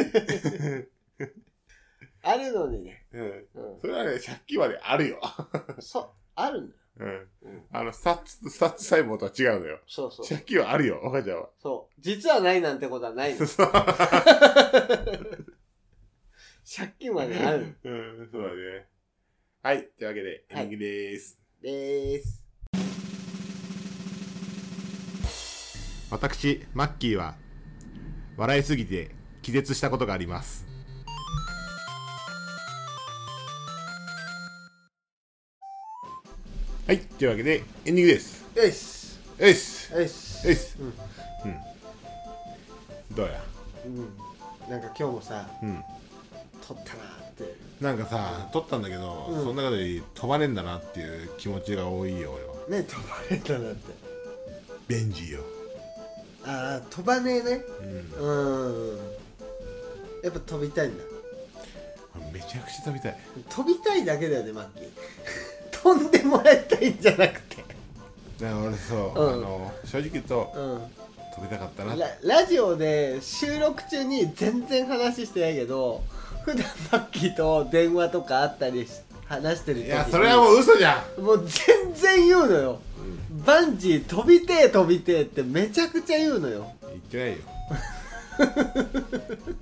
Speaker 2: あるのにね。
Speaker 3: うん。
Speaker 2: うん。
Speaker 3: それはね、借金はね、あるよ。
Speaker 2: そう。あるんだよ。
Speaker 3: うん。
Speaker 2: うん。
Speaker 3: あの、スタッツ、スタッツ細胞とは違うのよ。
Speaker 2: そう [LAUGHS] そう。
Speaker 3: 借金はあるよ、岡ちゃんは。
Speaker 2: そう。実はないなんてことはないの。
Speaker 3: そう。
Speaker 2: [LAUGHS] 借金はね、あるの
Speaker 3: うん、そうだね。はい、というわけで、エンディングでーす。
Speaker 2: でーす。
Speaker 3: 私、マッキーは、笑いすぎて気絶したことがあります。はい、というわけで、エンディングです。
Speaker 2: よいっす。
Speaker 3: よいっす。
Speaker 2: よいっす。
Speaker 3: よいっす。
Speaker 2: うん
Speaker 3: どうや
Speaker 2: うん。なんか今日もさ、
Speaker 3: うん。
Speaker 2: 取ったなーって。
Speaker 3: なんかさ、撮ったんだけど、
Speaker 2: うん
Speaker 3: その中で飛ばねえんだなっていう気持ちが多いよ、俺は。
Speaker 2: ね、飛ばれたなって。
Speaker 3: ベンジーよ。
Speaker 2: あー、飛ばねえね。
Speaker 3: うん
Speaker 2: う。ーん。やっぱ飛びたいんだ。
Speaker 3: めちゃくちゃ飛びたい。
Speaker 2: 飛びたいだけだよね、マッキー。 [LAUGHS] 飛んでもらいたいんじゃなくて。
Speaker 3: だから俺そう、
Speaker 2: うん
Speaker 3: あの、正直言うと、
Speaker 2: うん。
Speaker 3: 飛びたかったな。
Speaker 2: ララジオで収録中に全然話してないけど普段マッキーと電話とかあったりし話してる時
Speaker 3: い
Speaker 2: に
Speaker 3: や、それはもう嘘じゃん。
Speaker 2: もう全然言うのよ、バンジー飛びてえ飛びてえってめちゃくちゃ言うのよ
Speaker 3: 言って
Speaker 2: [LAUGHS]
Speaker 3: ないよ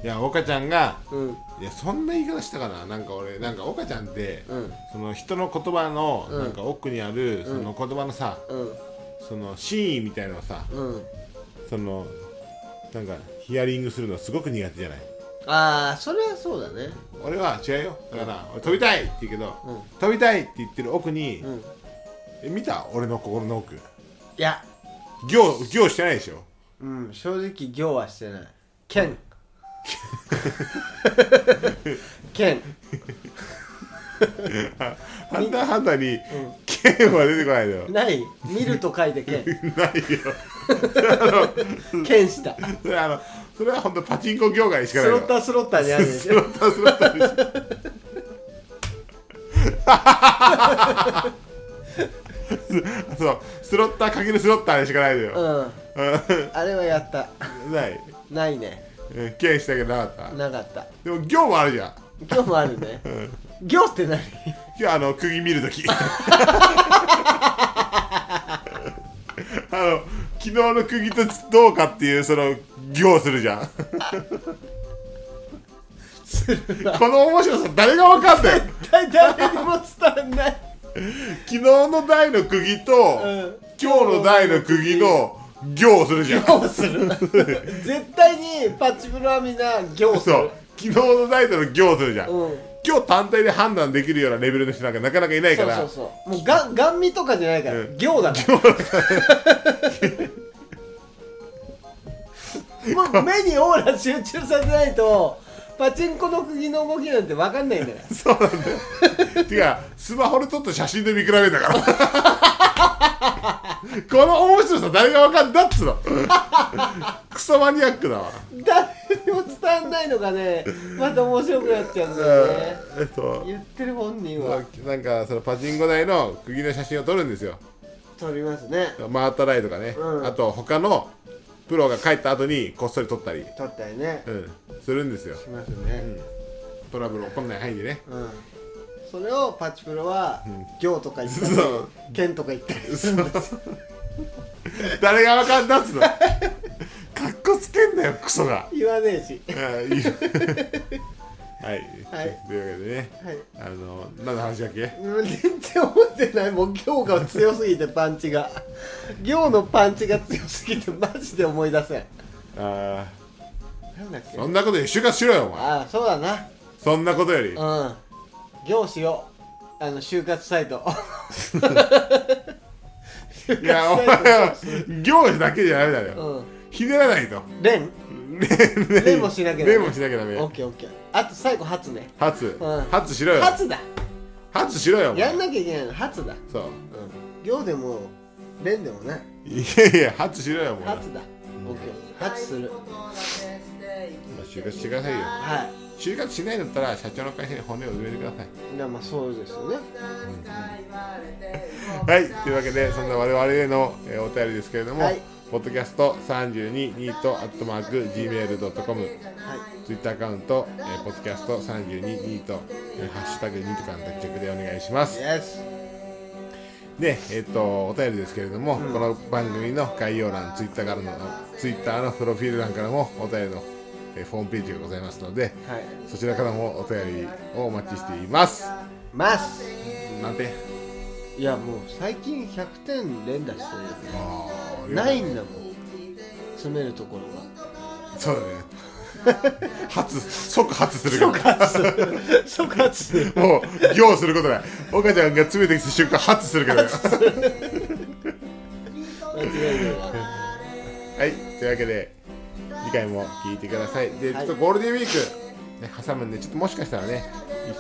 Speaker 3: いや岡ちゃんが
Speaker 2: うん
Speaker 3: いやそんな言い方したかななんか俺なんか岡ちゃんって、
Speaker 2: うん
Speaker 3: その人の言葉の
Speaker 2: うん
Speaker 3: なんか奥にある、その言葉のさ
Speaker 2: うん
Speaker 3: その真意みたいなのをさ
Speaker 2: うん
Speaker 3: そのなんかヒアリングするのすごく苦手じゃない
Speaker 2: ああそれはそうだね
Speaker 3: 俺は違うよだから、俺飛びたいって言うけど、
Speaker 2: うん
Speaker 3: 飛びたいって言ってる奥に、
Speaker 2: うんい
Speaker 3: え見た俺の心の奥
Speaker 2: や
Speaker 3: 行行してないでしょ
Speaker 2: うん正直行はしてない剣、剣
Speaker 3: ハンターハンターに剣は出てこないのよ
Speaker 2: ない見ると書いて剣
Speaker 3: ないよ
Speaker 2: 剣した
Speaker 3: それあのそれは本当パチンコ業界にしか
Speaker 2: ス
Speaker 3: な
Speaker 2: ロ
Speaker 3: いの
Speaker 2: ッタースロッターにあるんです
Speaker 3: ス
Speaker 2: よ
Speaker 3: ロッタスロッタにしかそうスロッターかけるスロッターにしかないの
Speaker 2: う
Speaker 3: よ、
Speaker 2: んあれはやった
Speaker 3: うん、 [LAUGHS] ない
Speaker 2: ないね
Speaker 3: うん剣したけどなかった
Speaker 2: なかった
Speaker 3: でも行もあるじゃん
Speaker 2: 今日もあるね行って何
Speaker 3: 今日あの釘見ると [LAUGHS] きあの昨日の釘とどうかっていうその行するじゃん
Speaker 2: するわ
Speaker 3: この面白さ誰がわかんない
Speaker 2: 絶対誰にも伝わんない
Speaker 3: 昨日の台の釘と、
Speaker 2: うん
Speaker 3: 今日の台の釘の行するじゃん
Speaker 2: 行する絶対にパチブラミな行す
Speaker 3: そ
Speaker 2: る
Speaker 3: う昨日の台との行するじゃん、
Speaker 2: うん
Speaker 3: 今日単体で判断できるようなレベルの人なんかなかなかいないか
Speaker 2: そう
Speaker 3: ら
Speaker 2: そうそうもうがんガン見とかじゃないから、
Speaker 3: うん
Speaker 2: 行だから [LAUGHS] もう目にオーラ集中させないとパチンコの釘の動きなんて分かんないんだ [LAUGHS] から
Speaker 3: そうなんだよ。てか、スマホで撮った写真で見比べるんだから。 [LAUGHS] この面白さ誰がわかんだっつうの。 [LAUGHS] クソマニアックだわ。
Speaker 2: 誰にも伝わんないのがねまた面白くなっちゃうんだよね
Speaker 3: えっと、
Speaker 2: 言ってる本人
Speaker 3: ま
Speaker 2: は
Speaker 3: あなんかそのパチンコ台の釘の写真を撮るんですよ。
Speaker 2: 撮りますね
Speaker 3: 回った台とかね。
Speaker 2: うん
Speaker 3: あと他のプロが帰った後にこっそり撮ったり、
Speaker 2: 撮ったりね
Speaker 3: うん、するんですよ。
Speaker 2: しますね
Speaker 3: トラブル起こんない範囲でね。
Speaker 2: うん、それをパチプロは行とか言ったり
Speaker 3: そう
Speaker 2: 剣とか言ったり
Speaker 3: そう [LAUGHS] 誰がわかんだっつうの。 [LAUGHS] かっこつけんなよ、クソが。
Speaker 2: 言わねえし
Speaker 3: [LAUGHS] あいいよはい、
Speaker 2: はい
Speaker 3: [LAUGHS] というわけでね
Speaker 2: はい
Speaker 3: あの何の話だっけ
Speaker 2: うん全然思ってないもう行が強すぎてパンチが行のパンチが強すぎてマジで思い出せん
Speaker 3: あ
Speaker 2: なんだっけ
Speaker 3: ーそんなことで就活しろよお前
Speaker 2: ああそうだな
Speaker 3: そんなことより
Speaker 2: うん行しようあの就活サイト [LAUGHS]
Speaker 3: いやお前は行だけじゃダメだよ、
Speaker 2: うん
Speaker 3: ひねらないと
Speaker 2: レン
Speaker 3: [LAUGHS]
Speaker 2: レンもしなきゃダメ
Speaker 3: レもしなきゃダメ
Speaker 2: オッケーオッケーあと最後初ね
Speaker 3: 初、
Speaker 2: うん
Speaker 3: 初しろよ
Speaker 2: 初だ
Speaker 3: 初しろよお前
Speaker 2: やんなきゃいけないの初だ
Speaker 3: そう
Speaker 2: うん行でもレンでもない
Speaker 3: いやいや初しろよお前
Speaker 2: 初だオッケー初する
Speaker 3: まあ就活してくださいよ
Speaker 2: は
Speaker 3: 就活しないんだったら社長の会社に骨を埋めてください
Speaker 2: いでまあそうですよね
Speaker 3: はい、というわけでそんな我々への、えーお便りですけれども、
Speaker 2: はい
Speaker 3: ポッドキャスト32ニートアットマーク Gmail.com
Speaker 2: はい
Speaker 3: ツイッターアカウント、えーポッドキャスト32ニート、えーハッシュタグニート感脱着でお願いします
Speaker 2: イエス
Speaker 3: で、えっとお便りですけれども、この番組の概要欄ツイッターからのツイッターのプロフィール欄からもお便りの、えーホームページがございますので
Speaker 2: はい
Speaker 3: そちらからもお便りをお待ちしています
Speaker 2: ます
Speaker 3: なんて
Speaker 2: いやもう最近100点連打してるよね
Speaker 3: あー
Speaker 2: ないんだもん詰めるところが
Speaker 3: そうだね。 [LAUGHS] 初、即発するから。
Speaker 2: そこは詰
Speaker 3: もう、行することない。岡ちゃんが詰めてきた瞬間、発するから。は
Speaker 2: 間違いない
Speaker 3: い、というわけで、次回も聞いてください。で、ちょっとゴールデンウィーク、ね、挟むんで、ちょっともしかしたらね、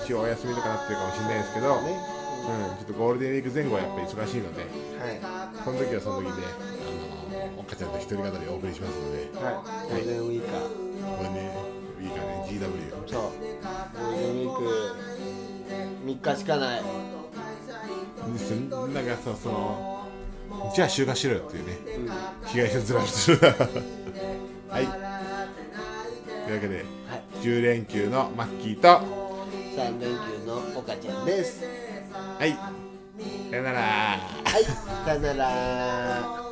Speaker 3: 一生お休みとかなってるかもしれないですけど、
Speaker 2: ね
Speaker 3: うん、ちょっとゴールデンウィーク前後はやっぱり忙しいので、
Speaker 2: は
Speaker 3: その時はその時で、あの、岡ちゃんと一人語りお送りしますので、
Speaker 2: いはいゴールデンウィーカー
Speaker 3: これね、いいかね、GW。
Speaker 2: そうゴールデンウィーク3日しかない
Speaker 3: なんかさそのじゃあ就活しろよっていうね、被害者ずらするなはいというわけで
Speaker 2: はい
Speaker 3: 10連休のマッキーとは
Speaker 2: 3連休の岡ちゃんです
Speaker 3: いさよなら
Speaker 2: はい、さよなら。